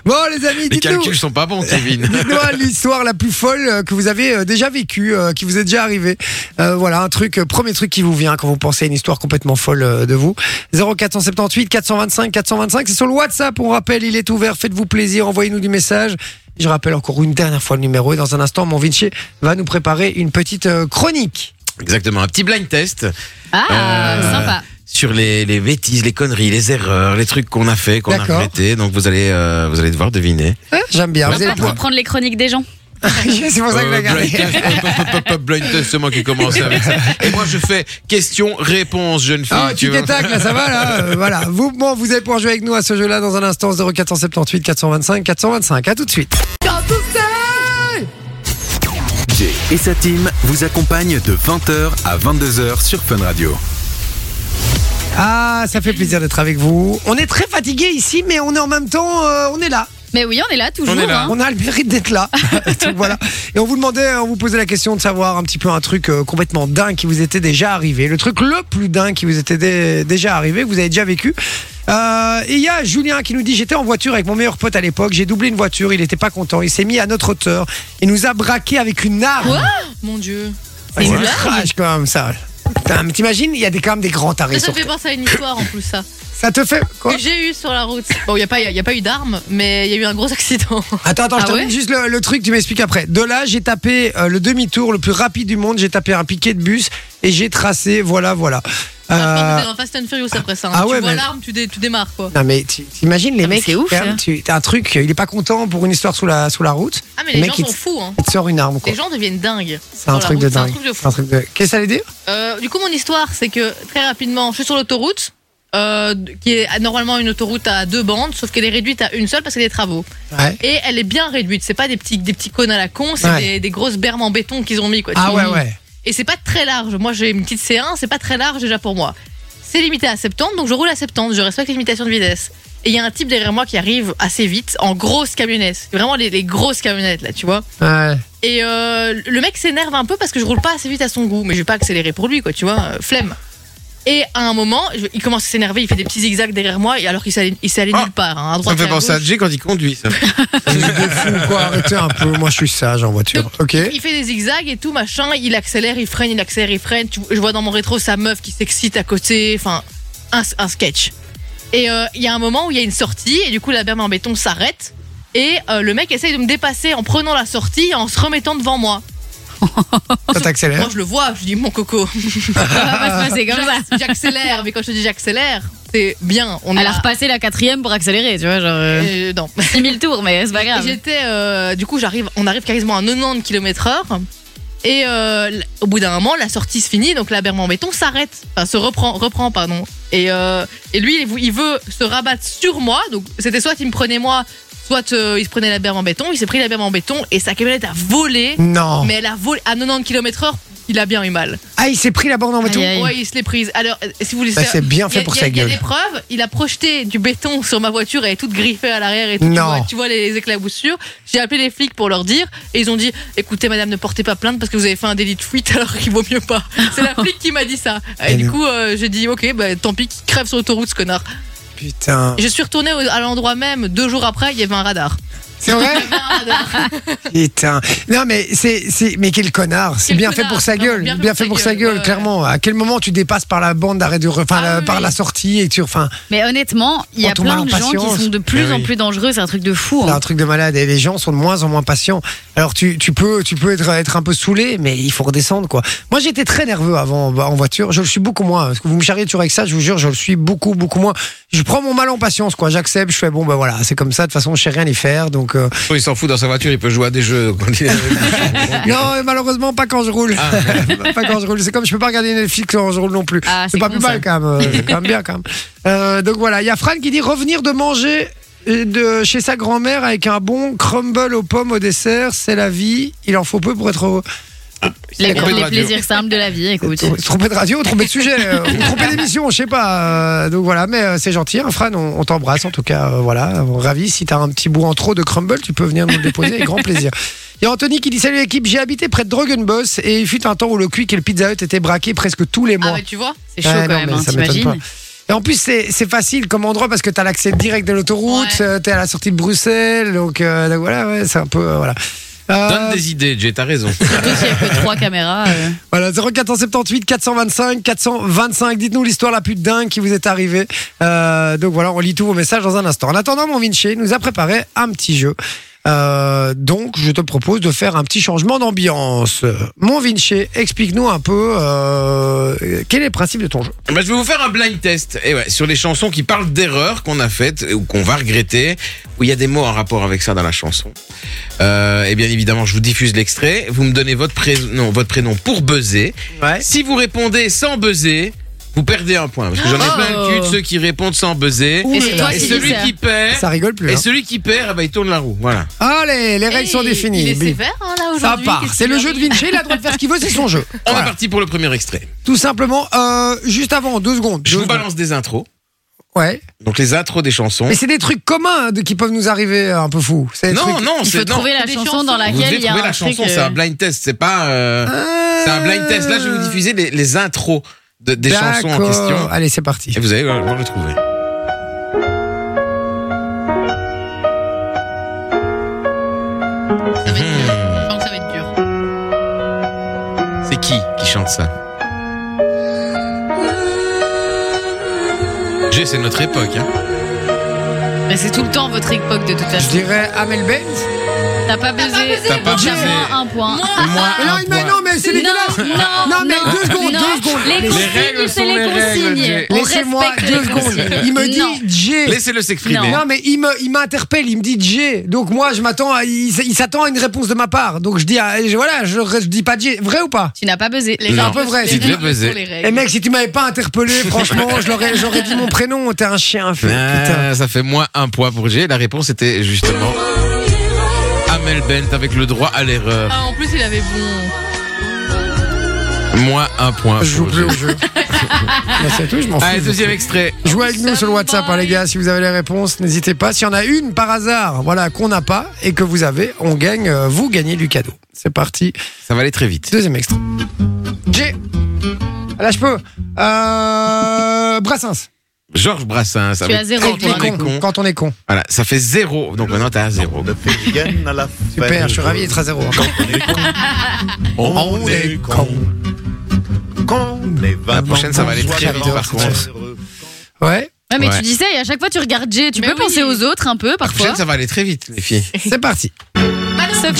S2: Bon, les amis,
S3: les
S2: dites-nous.
S3: calculs sont pas bons,
S2: [LAUGHS]
S3: Kevin.
S2: Dites-nous hein, l'histoire la plus folle euh, que vous avez euh, déjà vécue, euh, qui vous est déjà arrivée. Euh, voilà, un truc, euh, premier truc qui vous vient quand vous pensez à une histoire complètement folle euh, de vous. 0478 425 425, c'est sur le WhatsApp, on rappelle, il est ouvert, faites-vous plaisir, envoyez-nous du message. Je rappelle encore une dernière fois le numéro et dans un instant, mon Vinci va nous préparer une petite euh, chronique.
S3: Exactement, un petit blind test
S1: Ah,
S3: Euh,
S1: sympa.
S3: sur les, les bêtises, les conneries, les erreurs, les trucs qu'on a fait, qu'on a
S2: D'accord.
S3: regretté. Donc vous allez, euh, vous allez devoir deviner.
S2: J'aime bien.
S1: On
S2: Vous
S1: va
S2: allez
S1: pas trop prendre les coniques des gens.
S2: [LAUGHS] c'est pour ça que je
S3: Euh,
S2: l'ai gardé.
S3: blind test, hop, hop, hop, hop, blind test, c'est moi qui commence
S2: [LAUGHS]
S3: avec ça. Et moi je fais question-réponse, jeune fille.
S2: Ah, tu
S3: vois.
S2: détacles, là, ça va, là. euh, voilà. Vous, bon, vous allez pouvoir jouer avec nous à ce jeu-là dans un instant. 0478 425 425. À tout de suite.
S5: Jay et sa team vous accompagnent de 20h à 22h sur Fun Radio.
S2: Ah, ça fait plaisir d'être avec vous. On est très fatigué ici, mais on est en même temps, euh, on est là.
S1: Mais oui, on est là toujours.
S3: On est là.
S1: hein.
S2: On a le mérite
S4: [LAUGHS]
S2: d'être là. Donc, voilà. Et on vous demandait, on vous posait la question de savoir un petit peu un truc euh, complètement dingue qui vous était déjà arrivé. Le truc le plus dingue qui vous était dé- déjà arrivé, que vous avez déjà vécu. Euh, et il y a Julien qui nous dit J'étais en voiture avec mon meilleur pote à l'époque, j'ai doublé une voiture, il n'était pas content, il s'est mis à notre hauteur, il nous a braqué avec une arme.
S4: Mon dieu. C'est
S2: Ouais, C'est
S4: une
S2: trash quand même ça. Putain, mais T'imagines, il y a des, quand même des grands tarés
S4: Ça, ça
S2: sur
S4: me fait penser à une histoire en plus,
S2: [LAUGHS]
S4: ça.
S2: Ça te fait quoi
S4: Que j'ai eu sur la route. Bon, il n'y a, pas- y a- y a pas eu d'armes, mais il y a eu un gros accident. [LAUGHS]
S2: Attends, attends, je
S4: Ah
S2: termine
S4: ouais
S2: juste le, le truc, tu m'expliques après. De là, j'ai tapé euh, le demi-tour le plus rapide du monde, j'ai tapé un piquet de bus et j'ai tracé, voilà, voilà.
S4: Ah, je pense que
S2: Euh,
S4: t'es dans Fast and Furious après ça. hein.
S2: ah
S4: tu
S2: ouais,
S4: vois
S2: mais-
S4: l'arme, tu, dé- tu démarres quoi.
S2: non mais tu- t'imagines les
S1: Ah, mais
S2: mecs,
S1: c'est ouf,
S2: quand même,
S1: hein.
S2: tu- t'as un truc, il est pas content pour une histoire sous la, sous la route,
S4: Ah, mais
S2: Le
S4: les
S2: mec,
S4: gens
S2: il-
S4: sont fous, hein.
S2: il te sort une arme quoi.
S4: Les gens deviennent dingues.
S2: C'est un,
S4: sur la
S2: truc de
S4: route, c'est un
S2: dingue.
S4: truc de fou.
S2: C'est un truc de- Qu'est-ce que ça veut dire
S4: Euh, du coup, mon histoire, c'est que très rapidement, je suis sur l'autoroute, euh, qui est normalement une autoroute à deux bandes, sauf qu'elle est réduite à une seule parce qu'il y a des travaux.
S2: Ouais.
S4: Et elle est bien réduite, c'est pas des petits, des petits cônes à la con, c'est
S2: Ouais.
S4: des, des grosses bermes en béton qu'ils ont mis. Quoi,
S2: Ah
S4: Tu-
S2: ouais, ouais.
S4: Et c'est pas très large. Moi, j'ai une petite C1, c'est pas très large déjà pour moi. C'est limité à 70, donc je roule à 70, je respecte les limitations de vitesse. Et il y a un type derrière moi qui arrive assez vite, en grosse camionnette. Vraiment les, les grosses camionnettes, là, tu vois.
S2: ouais.
S4: Et euh, le mec s'énerve un peu parce que je roule pas assez vite à son goût, mais je vais pas accélérer pour lui, quoi, tu vois, euh, flemme. Et à un moment, je- il commence à s'énerver, il fait des petits zigzags derrière moi, et alors qu'il s'allait- il s'est allé
S3: Ah,
S4: nulle part, hein, à
S3: Ça me
S4: droite
S3: fait
S4: et à
S3: penser à
S4: gauche.
S3: Jay quand il conduit. Ça.
S2: Vous êtes des fous, quoi, arrêtez un peu, moi je suis sage en voiture. Ok.
S4: Il fait des zigzags et tout, machin, il accélère, il freine, il accélère, il freine. Tu- je vois dans mon rétro sa meuf qui s'excite à côté, enfin, un, un sketch. Et euh, il y a un moment où il y a une sortie, et du coup la berme en béton s'arrête, et euh, le mec essaye de me dépasser en prenant la sortie et en se remettant devant moi.
S2: Toi t'accélères.
S4: Moi je le vois, je dis mon coco. [LAUGHS]
S1: Ça va pas se passer comme ça.
S4: J'acc- J'accélère, mais quand je te dis j'accélère, c'est bien. On est
S1: Elle a
S4: à-
S1: repassé la quatrième pour accélérer, tu vois, genre euh,
S4: Euh, non.
S1: 6000 tours, mais c'est pas grave.
S4: J'étais, euh, du coup, j'arrive, on arrive quasiment à 90 km/h. Et euh, l- au bout d'un moment, la sortie se finit, donc la berme en béton s'arrête, enfin se reprend, reprend pardon. Et, euh, et lui, il vou- il veut se rabattre sur moi, donc c'était soit il me prenait moi, soit euh, il se prenait la berme en béton. Il s'est pris la berme en béton et sa camionnette a volé,
S2: Non.
S4: mais elle a volé à 90 km/h. Il a bien eu mal.
S2: Ah, il s'est pris la borne en voiture.
S1: Aïe, aïe.
S4: Ouais, il se l'est prise. Alors, euh, si vous voulez
S2: Bah, c'est bien
S4: Il y
S2: fait
S4: a- il
S2: pour
S4: y a-
S2: sa
S4: Il y
S2: gueule.
S4: a des preuves, il a projeté du béton sur ma voiture, elle est toute griffée à l'arrière et tout. Tu
S2: Non.
S4: vois, tu vois les éclaboussures. J'ai appelé les flics pour leur dire et ils ont dit écoutez, madame, ne portez pas plainte parce que vous avez fait un délit de fuite [LAUGHS] alors qu'il vaut mieux pas. C'est la flic qui m'a dit ça. Et,
S2: Et
S4: du
S2: non.
S4: coup, euh, j'ai dit ok, bah, tant pis, qu'il crève sur l'autoroute ce connard. [LAUGHS]
S2: Putain.
S4: Je suis retourné au- à l'endroit même, deux jours après, il y avait un radar.
S2: C'est vrai
S4: [LAUGHS] Il y avait un radar.
S2: Putain. Non, mais c'est, c'est, mais quel connard. C'est
S4: Quel
S2: bien fait
S4: connard,
S2: pour sa
S4: vraiment,
S2: gueule. Bien, fait pour sa gueule,
S4: ouais.
S2: clairement. À quel moment tu dépasses par la bande d'arrêt de, re- enfin,
S4: Ah
S2: la-
S4: oui,
S2: par
S4: oui.
S2: la sortie et tu, enfin,
S1: Mais honnêtement, il y a
S2: Quand on parle en
S1: plein de gens
S2: patience.
S1: qui sont de plus
S3: Eh
S1: en
S3: oui.
S1: plus dangereux, c'est un truc de fou.
S2: c'est
S1: hein.
S2: un truc de malade. Et les gens sont de moins en moins patients. Alors tu, tu peux, tu peux être, être un peu saoulé, mais il faut redescendre, quoi. Moi, j'étais très nerveux avant bah, en voiture. Je le suis beaucoup moins. Parce que vous me charriez toujours avec ça, je vous jure, je le suis beaucoup, beaucoup moins. Je prends mon mal en patience, quoi. J'accepte. Je fais bon, bah voilà, c'est comme ça. De toute façon, je sais rien y faire, donc. euh,
S3: Il s'en fout dans sa voiture, il peut jouer à
S2: [LAUGHS]
S3: des jeux. quand il est-
S2: Non, euh, malheureusement, pas quand je roule. [LAUGHS] pas quand je roule. C'est comme je peux pas regarder Netflix quand je roule non plus.
S1: Ah,
S2: c'est
S1: c'est
S2: pas
S1: con,
S2: plus mal
S1: ça.
S2: quand même.
S1: [LAUGHS]
S2: euh, C'est quand même bien quand même. Euh, donc voilà, il y a Fran qui dit revenir de manger euh, de chez sa grand-mère avec un bon crumble aux pommes au dessert, c'est la vie. Il en faut peu pour être heureux.
S1: Les,
S3: trompé de
S1: les
S3: radio.
S1: plaisirs simples de la vie, écoute.
S2: Se tromper de radio, tromper de sujet, euh, ou tromper d'émission, je sais pas. euh, donc voilà, mais euh, c'est gentil, hein, Fran, on, on t'embrasse en tout cas. euh, voilà, euh, ravi. Si t'as un petit bout en trop de crumble, tu peux venir nous le déposer avec grand plaisir. Il y a Anthony qui dit Salut l'équipe, j'ai habité près de Drogenboss et il fut un temps où le Quick et le Pizza Hut étaient braqués presque tous les
S4: Ah
S2: mois.
S4: ouais, tu vois
S1: C'est chaud
S2: Ouais,
S1: quand
S2: non,
S1: même,
S2: mais
S1: hein,
S2: ça m'étonne
S1: t'imagines
S2: pas. Et en plus, c'est c'est facile comme endroit parce que t'as l'accès direct de l'autoroute,
S4: Ouais.
S2: euh, t'es à la sortie de Bruxelles, donc, euh, donc voilà, ouais, c'est un peu. euh, voilà. Euh,
S3: Donne des idées, Jay, t'as raison.
S1: Surtout s'il y a que trois caméras. euh.
S2: Voilà, 0478 425 425. Dites-nous l'histoire la plus dingue qui vous est arrivée. Euh, donc voilà, on lit tous vos messages dans un instant. En attendant, mon Vinci nous a préparé un petit jeu. Euh, donc, je te propose de faire un petit changement d'ambiance. Mon Vinci, explique-nous un peu euh, quel est le principe de ton jeu.
S3: Bah, je vais vous faire un blind test et ouais, sur les chansons qui parlent d'erreurs qu'on a faites ou qu'on va regretter, où il y a des mots en rapport avec ça dans la chanson. Euh, et bien évidemment, je vous diffuse l'extrait. Vous me donnez votre, pré- non, votre prénom pour buzzer.
S2: Ouais.
S3: Si vous répondez sans buzzer, vous perdez un point. Parce que j'en ai
S1: Oh.
S3: plein le cul de ceux qui répondent sans buzzer.
S1: Et c'est toi
S3: Et
S1: qui dis
S3: celui
S1: ça.
S3: qui perd,
S2: Ça rigole plus.
S3: et
S2: hein.
S3: celui qui perd, eh ben, il tourne la roue. Voilà.
S2: Allez, les règles sont
S4: Hey, Il
S2: définies.
S4: est
S2: Bim.
S4: sévère hein, là
S2: Ça
S4: aujourd'hui.
S2: part.
S4: Qu'est-ce
S2: C'est
S4: qu'il
S2: le
S4: a
S2: jeu de
S4: dit
S2: Vinci. Il a le droit de faire ce qu'il veut. C'est son jeu.
S3: On
S2: Voilà.
S3: est parti pour le premier extrait.
S2: Tout simplement. Euh, juste avant, deux secondes.
S3: Je
S2: deux
S3: vous
S2: secondes.
S3: balance des intros.
S2: Ouais.
S3: Donc les intros des chansons.
S2: Mais c'est des trucs communs hein, de- qui peuvent nous arriver euh, un peu fous. C'est des trucs-
S3: Non, non,
S1: Il faut
S3: c'est non.
S1: trouver la
S4: Des
S1: chanson
S4: chansons.
S1: dans
S3: Vous
S1: laquelle
S3: devez
S1: il y a
S3: trouver
S1: un
S3: la
S1: truc,
S3: chanson,
S1: euh,
S3: c'est un blind test, c'est pas. euh,
S2: Ah.
S3: C'est un blind test. Là, je vais vous diffuser les, les intros de- des chansons en
S2: D'accord.
S3: question.
S2: Allez, c'est parti.
S3: Et vous allez voir le trouver.
S4: Ça va être dur. Je pense que ça va être dur.
S3: C'est qui qui chante ça Jay, c'est notre époque. Hein.
S1: Mais c'est tout le temps votre époque de toute
S2: Je
S1: façon.
S2: dirais Amel Benz.
S1: T'as pas buzzé.
S4: buzzé. T'as
S3: pas
S1: Donc, t'as
S3: buzzé.
S1: moins un point.
S3: Moi,
S2: Mais non,
S3: un
S2: mais
S3: point.
S2: non, mais c'est dégueulasse. Non, mais deux secondes,
S1: non.
S2: deux secondes.
S1: Les
S2: Les
S1: consignes,
S3: règles
S1: c'est
S3: sont
S1: les
S3: les règles,
S1: consignes.
S3: Jay.
S1: On
S2: Laissez-moi
S1: respecte
S2: deux
S1: les
S2: secondes.
S1: consignes.
S2: Il me
S1: Non.
S2: dit J.
S3: Laissez-le s'exprimer.
S2: Non, mais il me, il m'interpelle, il me dit J. Donc moi, je m'attends, à- il, s- il s'attend à une réponse de ma part. Donc je dis, ah, je- voilà, je, je dis pas J. Vrai ou pas
S1: Tu n'as pas buzzé.
S4: Les
S3: Non.
S4: gens
S2: un peu vrai,
S4: respectent
S2: c'est
S4: les
S3: bien
S4: règles
S3: buzzé.
S4: pour les règles.
S2: Eh mec, si tu m'avais pas
S3: [LAUGHS]
S2: interpellé, franchement, je l'aurais- j'aurais dit mon prénom. T'es un chien, feu. Putain.
S3: Ah, ça fait moins un point pour Jay. La réponse était justement Amel Bent avec le droit à l'erreur.
S4: Ah, en plus, il avait bon.
S3: Moins un point.
S2: Je joue
S3: Pour
S2: plus
S3: Jay.
S2: au
S3: [LAUGHS]
S2: jeu. Bah, c'est tout, je m'en fous.
S3: Allez, deuxième extrait.
S2: Jouez avec nous sur le WhatsApp, hein, les gars, si vous avez les réponses, n'hésitez pas. S'il y en a une par hasard, voilà, qu'on n'a pas et que vous avez, on gagne, euh, vous gagnez du cadeau. C'est parti.
S3: Ça va aller très vite.
S2: Deuxième extrait. J. Ah, Là, je peux. Euh, Brassens.
S3: Georges Brassens.
S1: Tu
S3: avec
S1: as zéro
S3: Quand
S1: point.
S3: on est con.
S2: Quand on est con.
S3: Voilà, ça fait zéro. Donc maintenant, t'as un zéro.
S2: Super, je suis ravi d'être à zéro. hein. On est con.
S3: La Bah, prochaine, ça va aller très vite, par contre.
S2: Ouais,
S1: Ouais, mais
S3: Ouais.
S1: tu dis ça et à chaque fois tu regardes Jay. Tu
S4: Mais
S1: peux penser
S4: oui.
S1: aux autres un peu
S3: La Ah, prochaine,
S1: parfois.
S3: ça va aller très vite, les filles.
S2: c'est parti.
S1: Sauf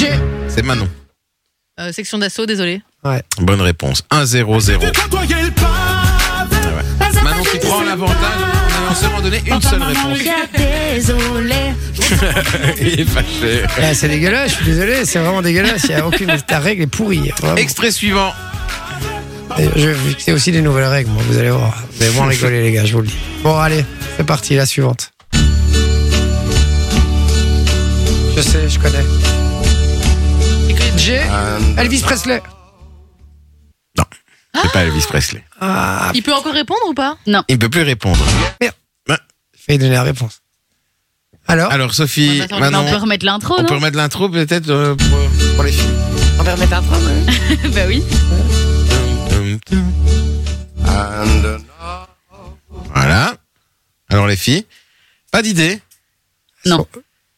S3: C'est Manon.
S4: Euh, section d'assaut, désolé.
S3: Bonne réponse. 1-0-0. Ah Manon qui prend l'avantage en ayant seulement donné une seule réponse. [LAUGHS] Il est fâché.
S2: Eh, c'est dégueulasse, je suis désolé, c'est vraiment dégueulasse. Il y a aucune... Ta règle est pourrie. vraiment.
S3: Extrait suivant.
S2: Et Ah, bah, Je vais vous fixer aussi des nouvelles règles, moi, vous allez voir. Vous allez moins rigoler, les gars, je vous le dis. Bon, allez, c'est parti, la suivante. Je sais, je connais. J.
S3: Euh,
S2: Elvis Presley.
S3: C'est pas Elvis Presley.
S2: Ah,
S4: Il peut encore répondre ou pas
S3: Il ne peut plus répondre.
S2: j'ai failli donner la réponse. Alors,
S3: Alors, Sophie,
S4: On va
S1: Mais on peut
S3: Manon,
S1: remettre l'intro,
S3: on peut
S1: non
S3: remettre l'intro peut-être euh, pour, pour les filles.
S2: on va remettre un train,
S1: Bah oui.
S3: Voilà. Alors, les filles, pas d'idée.
S1: Non.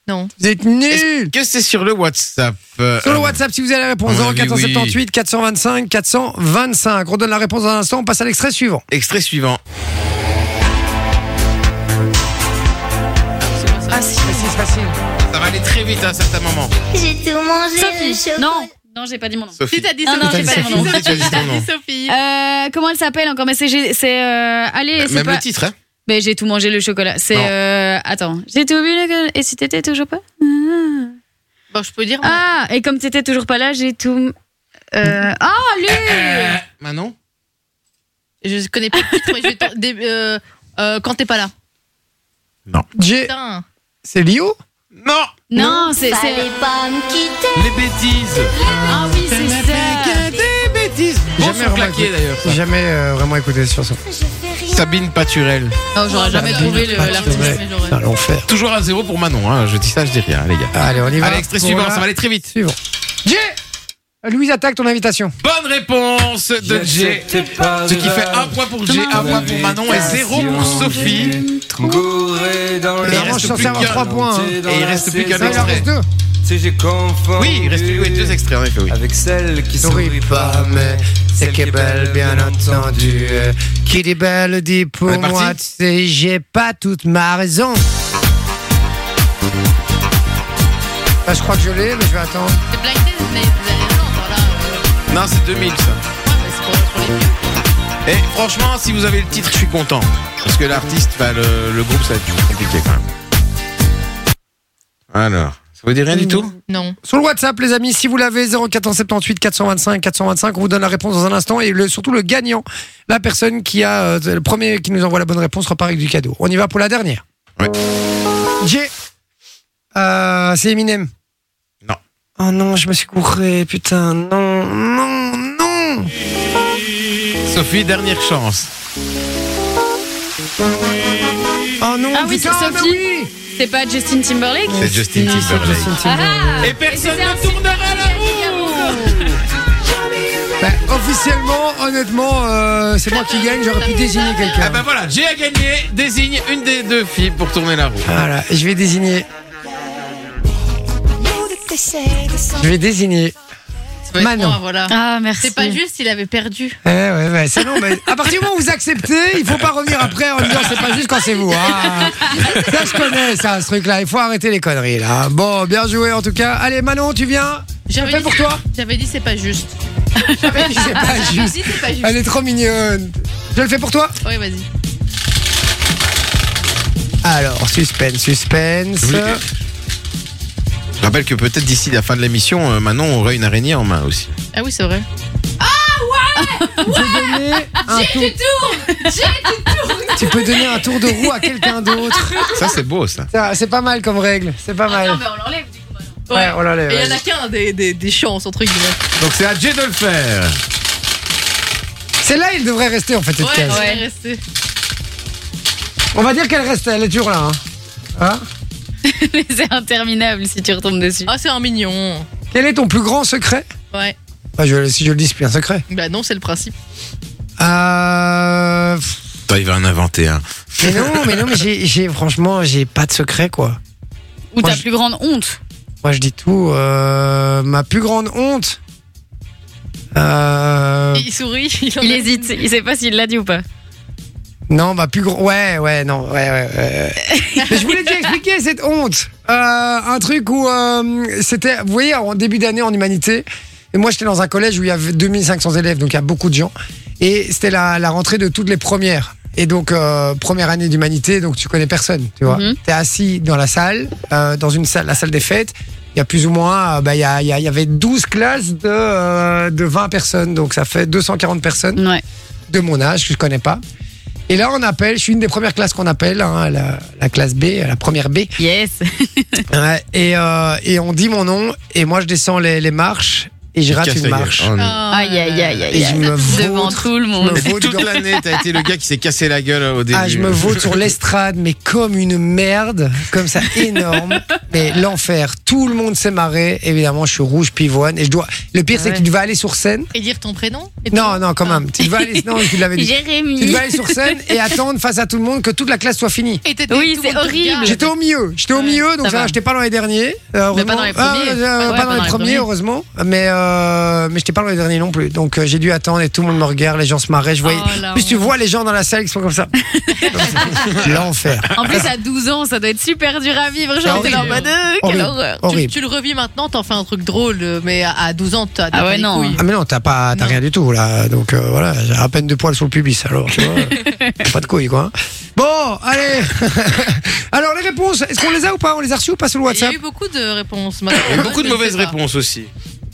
S4: Non.
S2: Vous êtes nuls
S3: Est-ce que c'est sur le WhatsApp euh,
S2: Sur le WhatsApp, si vous avez la réponse,
S3: à mon avis,
S2: 0478 425 425. On donne la réponse dans un instant, on passe à l'extrait suivant.
S3: Extrait suivant.
S2: Ah, si, facile, facile.
S3: Ça va aller très vite hein, à un certain moment.
S6: J'ai tout mangé le
S1: Sophie.
S6: chocolat.
S1: Non. Non, j'ai pas dit mon nom.
S3: Sophie.
S4: Si t'as dit
S1: Non, non,
S4: Sophie,
S2: j'ai
S4: t'as
S2: pas
S4: dit
S2: dit
S4: Sophie,
S3: non.
S4: Ah.
S3: J'ai dit
S4: t'as
S3: non.
S4: dit Sophie.
S1: Euh, comment elle s'appelle encore Mais c'est. j'ai- c'est euh, allez, c'est
S3: Même
S1: pas.
S3: le titre, hein
S1: Mais j'ai tout mangé le chocolat. C'est.
S3: Non.
S1: euh, attends. J'ai tout bu le chocolat. Et si t'étais toujours pas
S4: Bon, je peux dire. mais-
S1: Ah, et comme t'étais toujours pas là, j'ai tout. Euh... Oh, lui
S3: Euh, Manon
S4: Je connais pas le titre, mais je vais t'en- des- euh, euh, Quand t'es pas là.
S2: J,
S4: Putain.
S2: c'est Lio
S3: Non
S1: Non, c'est. c'est-
S6: Fallait pas me quitter.
S3: Les bêtises
S1: Ah oui, c'est ça
S2: J'ai
S3: Gros
S2: jamais
S3: sont
S2: vraiment
S3: claqués
S2: écouté.
S3: d'ailleurs. ça.
S2: J'ai jamais euh, vraiment écouté sur ça.
S3: Sabine Paturel.
S4: Non, j'aurais jamais
S2: Sabine
S4: trouvé le-
S2: Paturel.
S4: l'artiste, mais j'aurais.
S2: Putain, l'enfer.
S3: Toujours à zéro pour Manon. Hein. Je dis ça, je dis rien, les gars.
S2: Allez, on y va.
S3: Allez, extrait
S2: Pour
S3: suivant,
S2: la-
S3: ça va aller très vite.
S2: Suivant. Jay Louise attaque ton invitation.
S3: Bonne réponse de Jay. Ce qui fait un point pour Jay, un point pour Manon et zéro pour Sophie.
S2: Il
S3: il
S2: avance
S3: reste
S2: sur
S3: plus qu'un.
S2: 53 points. hein.
S3: Et il reste plus qu'un
S2: Ça, il en
S3: extrait.
S2: reste deux.
S3: Oui, il reste oui, deux extraits en effet, oui.
S7: Avec celle qui
S2: sourit pas, mais c'est qui est belle, bien entendu. Qui dit belle dit pour
S3: On est parti
S2: moi, tu sais, j'ai pas toute ma raison. Là, Bah, je crois que je l'ai, mais je vais attendre.
S4: C'est Blind Test, mais vous allez l'entendre là. euh,
S3: Non, c'est 2000 ça.
S4: ouais, mais c'est pour- pour les vieux.
S3: Et franchement, si vous avez le titre, je suis content. Parce que l'artiste, enfin, le, le groupe, ça va être compliqué quand même. Alors, ça vous dit rien du tout
S4: Non.
S2: Sur le WhatsApp, les amis, si vous l'avez, 0478 425 425, on vous donne la réponse dans un instant. Et le- surtout le gagnant, la personne qui a euh, le premier qui nous envoie la bonne réponse repart avec du cadeau. On y va pour la dernière.
S3: Ouais.
S2: Jay, euh, c'est Eminem.
S3: Non.
S2: Oh non, je me suis couré, putain, non, non, non.
S3: Sophie, dernière chance.
S2: Oh non,
S1: Ah oui,
S2: putain,
S1: c'est
S2: mais
S1: Sophie.
S2: oui.
S1: C'est pas Justin Timberlake
S3: C'est Justin
S2: Non, c'est
S3: Timberlake.
S2: Justin
S1: Ah
S2: Timberlake.
S1: ah
S3: Et personne
S1: c'était un
S3: ne tournera la roue
S2: Bah, officiellement, honnêtement, euh, c'est moi qui gagne, j'aurais pu désigner
S3: Ah
S2: quelqu'un.
S3: bah voilà, Jay a gagné, désigne une des deux filles pour tourner la roue.
S2: Voilà, je vais désigner, je vais désigner.
S4: Ça va être
S2: Manon.
S4: moi, voilà.
S1: Ah, merci.
S4: C'est pas juste, il avait perdu.
S2: Eh ouais, ouais, c'est long, mais à partir du moment où vous acceptez, il faut pas revenir après en disant c'est pas juste quand c'est vous. hein. Ça, je connais ça, ce truc-là. Il faut arrêter les conneries, là. Bon, bien joué en tout cas. Allez, Manon, tu viens
S4: J'avais
S2: fait
S4: dit-
S2: pour toi.
S4: J'avais dit c'est pas juste.
S2: C'est pas
S4: J'avais
S2: juste.
S4: dit c'est pas juste.
S2: Elle est trop mignonne. Je le fais pour toi
S4: Ouais, vas-y.
S2: Alors, suspense, suspense.
S3: Oui. Je rappelle que peut-être d'ici la fin de l'émission, euh, Manon aurait une araignée en main [LAUGHS] aussi.
S4: Ah oui, c'est vrai.
S2: Tu peux donner un tour. Tu peux donner un tour de roue à quelqu'un d'autre.
S3: Ça, c'est beau, ça.
S2: Ça, C'est pas mal comme règle. C'est pas mal.
S1: Ah, mais on l'enlève du coup.
S2: Ouais, on l'enlève.
S4: Et il y en
S2: vas-y.
S4: a qu'un des, des, des chances, entre guillemets.
S3: Donc c'est à Jay de le faire.
S2: Celle-là, il devrait rester en fait cette
S4: Ouais,
S2: case.
S4: ouais, restez.
S2: On va dire qu'elle reste. Elle est toujours là. hein. Hein
S1: Mais [LAUGHS] c'est interminable si tu retombes dessus.
S4: Ah, c'est un mignon.
S2: Quel est ton plus grand secret
S4: Ouais.
S2: Bah, je- Si je le dis, c'est plus un secret.
S4: Bah non, c'est le principe. [LAUGHS]
S2: Euh, pff,
S3: Toi, il va en inventer un.
S2: Mais non, mais non, mais j'ai, j'ai- franchement, j'ai pas de secret quoi.
S1: Ou
S2: Moi,
S1: ta
S2: je-
S1: plus grande honte.
S2: Moi, je dis tout. euh, ma plus grande honte. Euh,
S4: Il sourit. Il, en
S1: Il
S4: a-
S1: hésite, il sait pas s'il l'a dit ou pas.
S2: non, ma plus grande. Ouais, ouais, non, ouais, ouais. ouais. mais je voulais déjà expliquer cette honte. Euh, un truc où euh, c'était, vous voyez, en début d'année en humanité. Et moi, j'étais dans un collège où il y avait 2500 élèves, donc il y a beaucoup de gens. Et c'était la, la rentrée de toutes les premières. Et donc, euh, première année d'humanité, donc tu connais personne, tu vois.
S1: Mhm.
S2: T'es assis dans la salle, euh, dans une salle, la salle des fêtes. Il y a plus ou moins, euh, bah, il y, a- il y a- il y avait 12 classes de, euh, de 20 personnes, donc ça fait 240 personnes
S1: Ouais.
S2: de mon âge que je connais pas. Et là, on appelle, je suis une des premières classes qu'on appelle, hein, la, la classe B, la première B.
S1: Yes.
S2: Ouais, et, euh, et on dit mon nom, et moi je descends les, les marches, et je rate
S3: Casse
S2: une
S3: la gueule.
S2: marche.
S3: Oh, non.
S4: Ah,
S1: Aïe, aïe, aïe, aïe.
S2: Et je
S1: aïe.
S2: me
S1: Devant
S2: vautre,
S1: tout le monde.
S2: je me vautre
S3: Toute
S2: dans-
S3: l'année, t'as été le gars qui s'est cassé la gueule au début.
S2: Ah, je me vautre sur l'estrade, mais comme une merde, comme
S3: [LAUGHS]
S2: ça, énorme. mais l'enfer, tout le monde s'est marré, évidemment, je suis rouge pivoine, et je dois. Le pire, c'est
S1: Ouais.
S2: que tu vas aller sur scène.
S4: Et dire ton prénom et
S2: Non,
S4: tout.
S2: non, quand même. Tu vas aller, non, tu
S1: [LAUGHS]
S2: l'avais dit. Tu
S1: Jérémy.
S2: vas aller sur scène et attendre face à tout le monde que toute la classe soit finie.
S4: Et t'étais-
S1: Oui,
S4: tout
S1: c'est
S4: le monde te
S1: horrible.
S4: regarde.
S2: J'étais au milieu, j'étais au
S4: Ah, Ouais,
S2: milieu, donc ça,
S1: ça
S2: va,
S1: va.
S2: j'étais pas dans les derniers. euh,
S1: Mais pas dans les
S2: heureusement.
S1: premiers.
S2: Ah, euh,
S1: Ouais,
S2: pas dans les premiers, heureusement. Mais, euh, mais j'étais pas dans les derniers non plus. Donc euh, j'ai dû attendre et tout le monde me regarde, les gens se marraient. Je voyais.
S4: Oh, la
S2: Plus tu
S4: honte.
S2: vois les gens dans la salle qui sont comme ça. L'enfer.
S1: En plus, à 12 ans, ça doit être super dur à vivre.
S2: Ah
S1: Genre,
S2: oui.
S1: t'es là en mode, euh, quelle
S2: Horrible.
S1: horreur.
S4: Tu,
S2: Horrible.
S4: tu le revis maintenant, t'en fais un truc drôle, euh, mais à- à 12 ans, t'as t'as
S1: Ah
S4: pas
S1: ouais,
S4: les
S1: non.
S4: couilles.
S2: Ah mais non, t'as pas, t'as
S4: Non.
S2: rien du tout là. Donc euh, voilà, j'ai à peine deux poils sur le pubis alors. tu vois. pas de couilles quoi. Bon, allez. [LAUGHS] alors les réponses, est-ce qu'on les a ou pas On les a reçues ou pas sur
S4: Il
S2: le
S4: y a
S2: WhatsApp
S4: eu beaucoup de réponses.
S3: Il y a eu beaucoup de
S4: Je sais
S3: mauvaises
S4: pas.
S3: réponses aussi.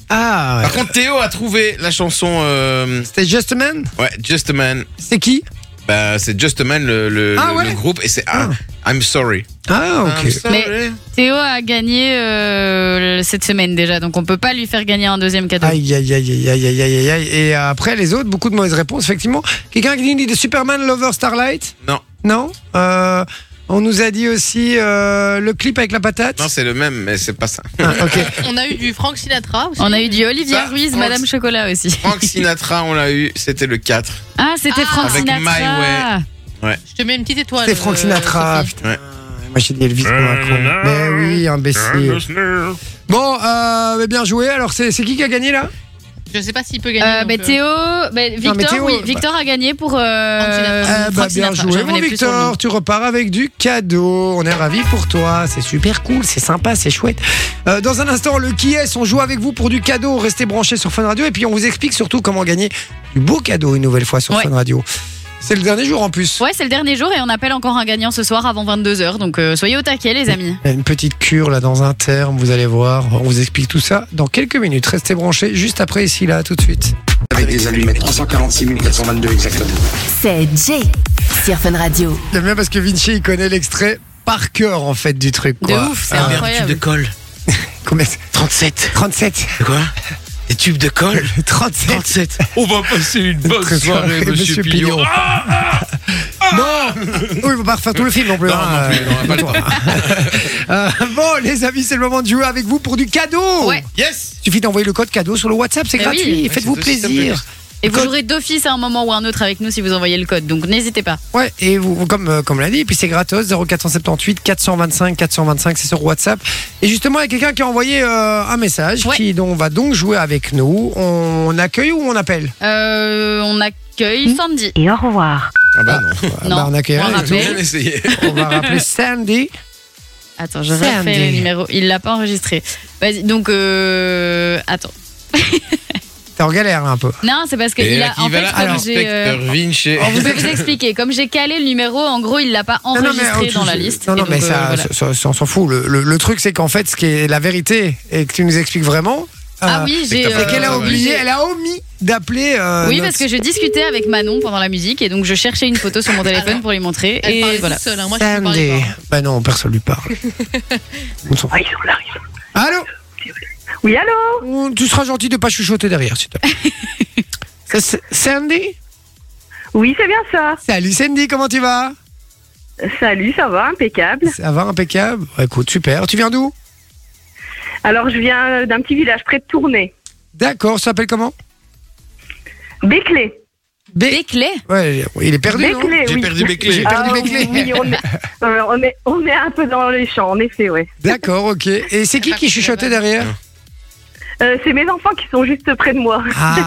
S2: Ah. ouais.
S3: Par contre, Théo a trouvé la chanson euh,
S2: C'était Just a Man.
S3: ouais, Just a Man
S2: C'est qui
S3: Bah, c'est Just a Man, le, le-
S2: Ah
S3: le-
S2: ouais
S3: le groupe, et c'est ah, I'm Sorry.
S2: Ah, ok.
S3: I'm sorry.
S1: Mais- Théo a gagné euh, cette semaine déjà, donc on peut pas lui faire gagner un deuxième cadeau.
S2: Aïe, aïe, aïe, aïe, aïe, aïe, aïe, aïe. Et après, les autres, beaucoup de mauvaises réponses, effectivement. Quelqu'un qui nous dit de Superman Lover Starlight
S3: Non.
S2: Non Euh, On nous a dit aussi euh, le clip avec la patate
S3: Non, c'est le même, mais c'est pas ça.
S2: Ah,
S4: [LAUGHS]
S2: ok.
S4: On a eu du Frank Sinatra aussi.
S1: On a eu du Olivia
S3: Ça,
S1: Ruiz,
S3: Franck-
S1: Madame Chocolat aussi. [LAUGHS]
S3: Frank Sinatra, on l'a eu, c'était le 4.
S1: Ah, c'était
S4: Ah,
S1: Franck
S3: avec
S1: Sinatra.
S3: My Way.
S4: Je te mets une petite étoile.
S2: C'est Frank
S4: euh,
S2: Sinatra,
S4: Sophie.
S2: putain. Moi j'ai dit Elvis pour un con. Mais oui, imbécile. Bon, euh, mais bien joué. Alors, c'est c'est qui qui a gagné là
S4: Je sais pas s'il peut gagner.
S1: Euh,
S4: donc,
S1: bah,
S4: euh,
S1: Théo, bah, Victor,
S2: mais Théo,
S1: oui, Victor a gagné pour euh,
S4: Franck Sinatra.
S2: Eh
S1: Franck
S2: bah, Bien
S1: Sinatra. Je
S2: joué,
S1: revenais
S2: mon
S1: plus sur le nom.
S2: Victor. Tu repars avec du cadeau. On est ravis pour toi. C'est super cool, c'est sympa, c'est chouette. Euh, dans un instant, le qui est, on joue avec vous pour du cadeau. Restez branchés sur Fun Radio et puis on vous explique surtout comment gagner du beau cadeau une nouvelle fois sur
S1: Ouais.
S2: Fun Radio. C'est le dernier jour en plus.
S1: Ouais, c'est le dernier jour et on appelle encore un gagnant ce soir avant 22h, donc euh, soyez au taquet, les amis.
S2: Une petite cure là dans un terme, vous allez voir. On vous explique tout ça dans quelques minutes. Restez branchés juste après ici là, tout de suite.
S7: avec des allumettes 346 422 exactement.
S8: C'est Jay sur Fun Radio.
S2: J'aime bien parce que Vinci, il connaît l'extrait par cœur, en fait, du truc.
S1: De
S2: Quoi.
S1: ouf, c'est
S2: Ah,
S1: incroyable.
S3: colle.
S2: Combien
S3: 37.
S2: 37.
S3: De Quoi Des tubes de colle
S2: [LAUGHS] 37. [LAUGHS]
S3: 37. On va passer une bonne
S2: Très
S3: soirée,
S2: soirée,
S3: monsieur
S2: monsieur
S3: Pillon.
S2: Pillon.
S3: Ah
S2: Oui, il faut pas refaire tout le film non plus.
S3: Non,
S2: hein,
S3: non plus,
S2: euh,
S3: non, on a pas le temps.
S2: [LAUGHS] Euh, bon, les amis, c'est le moment de jouer avec vous pour du cadeau.
S1: Ouais.
S3: Yes
S2: Il suffit d'envoyer le code cadeau sur le WhatsApp, c'est
S1: Eh
S2: gratuit.
S1: oui.
S2: Faites-vous
S3: Ouais, c'est aussi simple que
S2: plaisir.
S1: Et vous
S2: Code-
S1: jouerez d'office à un moment ou à un autre avec nous si vous envoyez le code, donc n'hésitez pas.
S2: Ouais, et vous, vous- comme, euh, comme l'a dit, et puis c'est gratos, 0478 425 425, c'est sur WhatsApp. Et justement, il y a quelqu'un qui a envoyé euh, un message,
S1: Ouais.
S2: qui dont on va donc jouer avec nous. On accueille ou on appelle
S1: Euh, on
S2: Hmm
S1: accueille Sandy.
S8: Et au revoir.
S3: Ah bah non.
S2: Ah bah, on accueille.
S1: on
S3: J'ai
S1: rappelle.
S3: bien essayé.
S2: On va rappeler Sandy.
S1: Attends, je
S2: Sandy.
S1: refais le numéro. Il l'a pas enregistré. Vas-y, donc euh, attends.
S2: T'es en galère là, un peu.
S1: Non, c'est parce que
S3: Et
S1: il
S3: là,
S1: a. En
S3: qui va
S1: fait,
S3: là
S1: comme j'ai. euh,
S3: Inspecteur Vinci.
S1: je vais vous expliquer. Comme j'ai calé le numéro, en gros, il l'a pas enregistré
S2: oh,
S1: dans
S2: tu-
S1: la liste.
S2: Non,
S1: Et
S2: non,
S1: donc,
S2: mais
S1: euh,
S2: ça,
S1: voilà.
S2: ça- ça- ça, on s'en fout. Le, le- le truc, c'est qu'en fait, ce qui est la vérité et que tu nous expliques vraiment,
S1: Ah
S2: euh,
S1: oui,
S3: c'est
S1: j'ai.
S3: que t'as
S2: c'est
S3: euh,
S2: qu'elle a
S1: Ah,
S3: ouais.
S2: oublié, elle a omis d'appeler. euh,
S1: Oui,
S2: notre-
S1: parce que je discutais avec Manon pendant la musique et donc je cherchais une photo sur mon téléphone
S4: Alors,
S1: pour lui montrer.
S4: Elle
S1: Et
S4: parlait
S1: voilà.
S4: toute seule, hein. moi je ne
S2: Sandy.
S4: parlais
S2: Bah non, personne lui
S1: [LAUGHS]
S2: parle. on s'en
S9: Ah,
S2: fout. Allô
S9: Oui, allô
S2: On- Tu seras gentil de pas chuchoter derrière, s'il
S1: [LAUGHS]
S2: te plaît. Ça, c'est- Sandy
S9: Oui, c'est bien ça.
S2: Salut Sandy, comment tu vas
S9: Salut, ça va, impeccable.
S2: Ça va, impeccable Ouais, Écoute, super. Tu viens d'où
S9: Alors, je viens d'un petit village près de Tournai.
S2: D'accord, ça s'appelle comment
S9: Béclé.
S1: Des clés
S2: Ouais, il est perdu, non
S9: Béclé,
S3: J'ai
S9: oui.
S3: perdu mes clés.
S2: J'ai perdu
S9: Ah,
S2: mes clés.
S9: oui, on est, euh, on, est, on est un peu dans les champs, en effet, oui.
S2: D'accord, ok. Et c'est qui qui chuchotait derrière
S9: Euh, c'est mes enfants qui sont juste près de moi.
S2: Ah,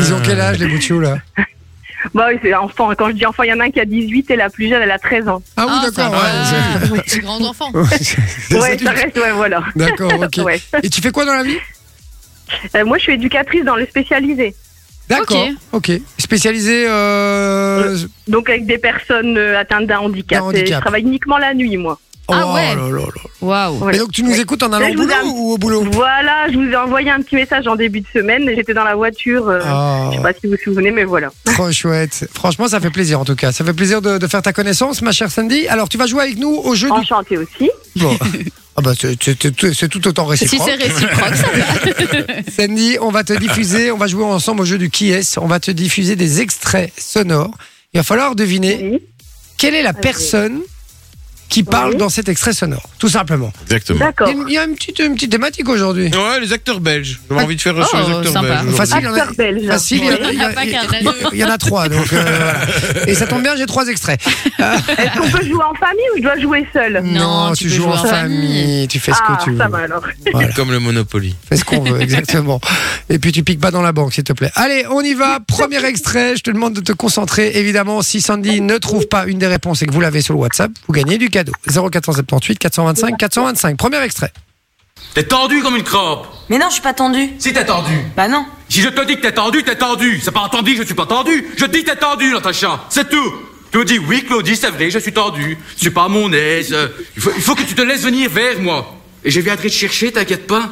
S2: ils ont quel âge les boutious là
S9: [LAUGHS] Bah oui, c'est enfant. Quand je dis enfant, il y en a un qui a 18 et la plus jeune, elle a 13 ans.
S2: Ah oui,
S1: Ah, ça
S2: d'accord.
S4: [LAUGHS]
S1: va.
S2: ouais,
S4: C'est grand enfant.
S2: c'est- c'est
S9: Ouais,
S2: adulte.
S9: ça reste, ouais, voilà.
S2: D'accord, ok.
S9: Ouais.
S2: Et tu fais quoi dans la vie
S9: Euh, moi, je suis éducatrice dans le spécialisé.
S2: D'accord, ok. Spécialisé euh...
S9: Donc, avec des personnes euh, atteintes d'un handicap.
S2: D'un handicap.
S9: Et je travaille uniquement la nuit, moi.
S1: Ah
S2: oh
S1: ouais.
S2: là là là.
S1: Waouh.
S9: Voilà.
S2: Et donc tu nous écoutes en allant au
S9: Et je vous
S2: boulot
S9: aime.
S2: ou au boulot
S9: Voilà, je vous ai envoyé un petit message en début de semaine. J'étais dans la voiture. euh,
S2: Ah,
S9: Je sais pas si vous vous souvenez, mais voilà.
S2: trop chouette. Franchement, ça fait plaisir en tout cas. Ça fait plaisir de, de faire ta connaissance, ma chère Sandy. Alors, tu vas jouer avec nous au jeu du
S9: Enchantée aussi.
S2: Bon. Ah bah c'est- c'est c'est tout- c'est tout autant
S1: Si
S2: réciproque.
S1: c'est
S2: [LAUGHS]
S1: réciproque, ça va.
S2: Sandy, on va te diffuser, on va jouer ensemble au jeu du qui est. On va te diffuser des extraits sonores. Il va falloir deviner
S9: Oui.
S2: quelle est la personne qui parle
S9: Oui.
S2: dans cet extrait sonore, tout simplement.
S3: Exactement.
S9: D'accord.
S2: Il y a une petite, une petite thématique aujourd'hui.
S3: Ouais, les acteurs belges. J'avais envie de faire
S1: Oh,
S3: sur les acteurs
S1: sympa.
S3: belges.
S2: Facile, il y en a,
S9: Acteur belge.
S2: facile, Ah, il y en a-
S1: Ouais.
S2: il y
S1: Il y en a pas qu'un,
S2: a-
S1: il y en a deux.
S2: il y en a trois. Donc, euh, voilà. Et ça tombe bien, j'ai trois extraits.
S9: Est-ce qu'on peut jouer en famille ou je dois jouer seule
S1: Non,
S2: tu
S1: tu peux
S2: joues
S1: jouer
S2: en
S1: en famille.
S2: famille, tu fais ce
S9: Ah,
S2: Mm, que tu veux.
S9: ça va alors.
S2: Voilà.
S3: Comme le Monopoly.
S2: Fais ce qu'on veut, exactement. Et puis tu piques pas dans la banque, s'il te plaît. Allez, on y va. Premier extrait. Je te demande de te concentrer. Évidemment, si Sandy ne trouve pas une des réponses et que vous l'avez sur le WhatsApp, vous gagnez du cadeau. 0478 425 425. Premier extrait.
S10: T'es tendu comme une crampe.
S11: Mais non, je suis pas tendue.
S10: Si t'es tendu.
S11: Bah non.
S10: Si je te dis que t'es tendu, t'es tendu. C'est pas entendu que je suis pas tendu. Je te dis que t'es tendu, Natacha. C'est tout. Tu me dis oui, Claudie, c'est vrai, je suis tendu. Je suis pas à mon aise. Euh, Il faut, il faut que tu te laisses venir vers moi. Et je viendrai te chercher, t'inquiète pas.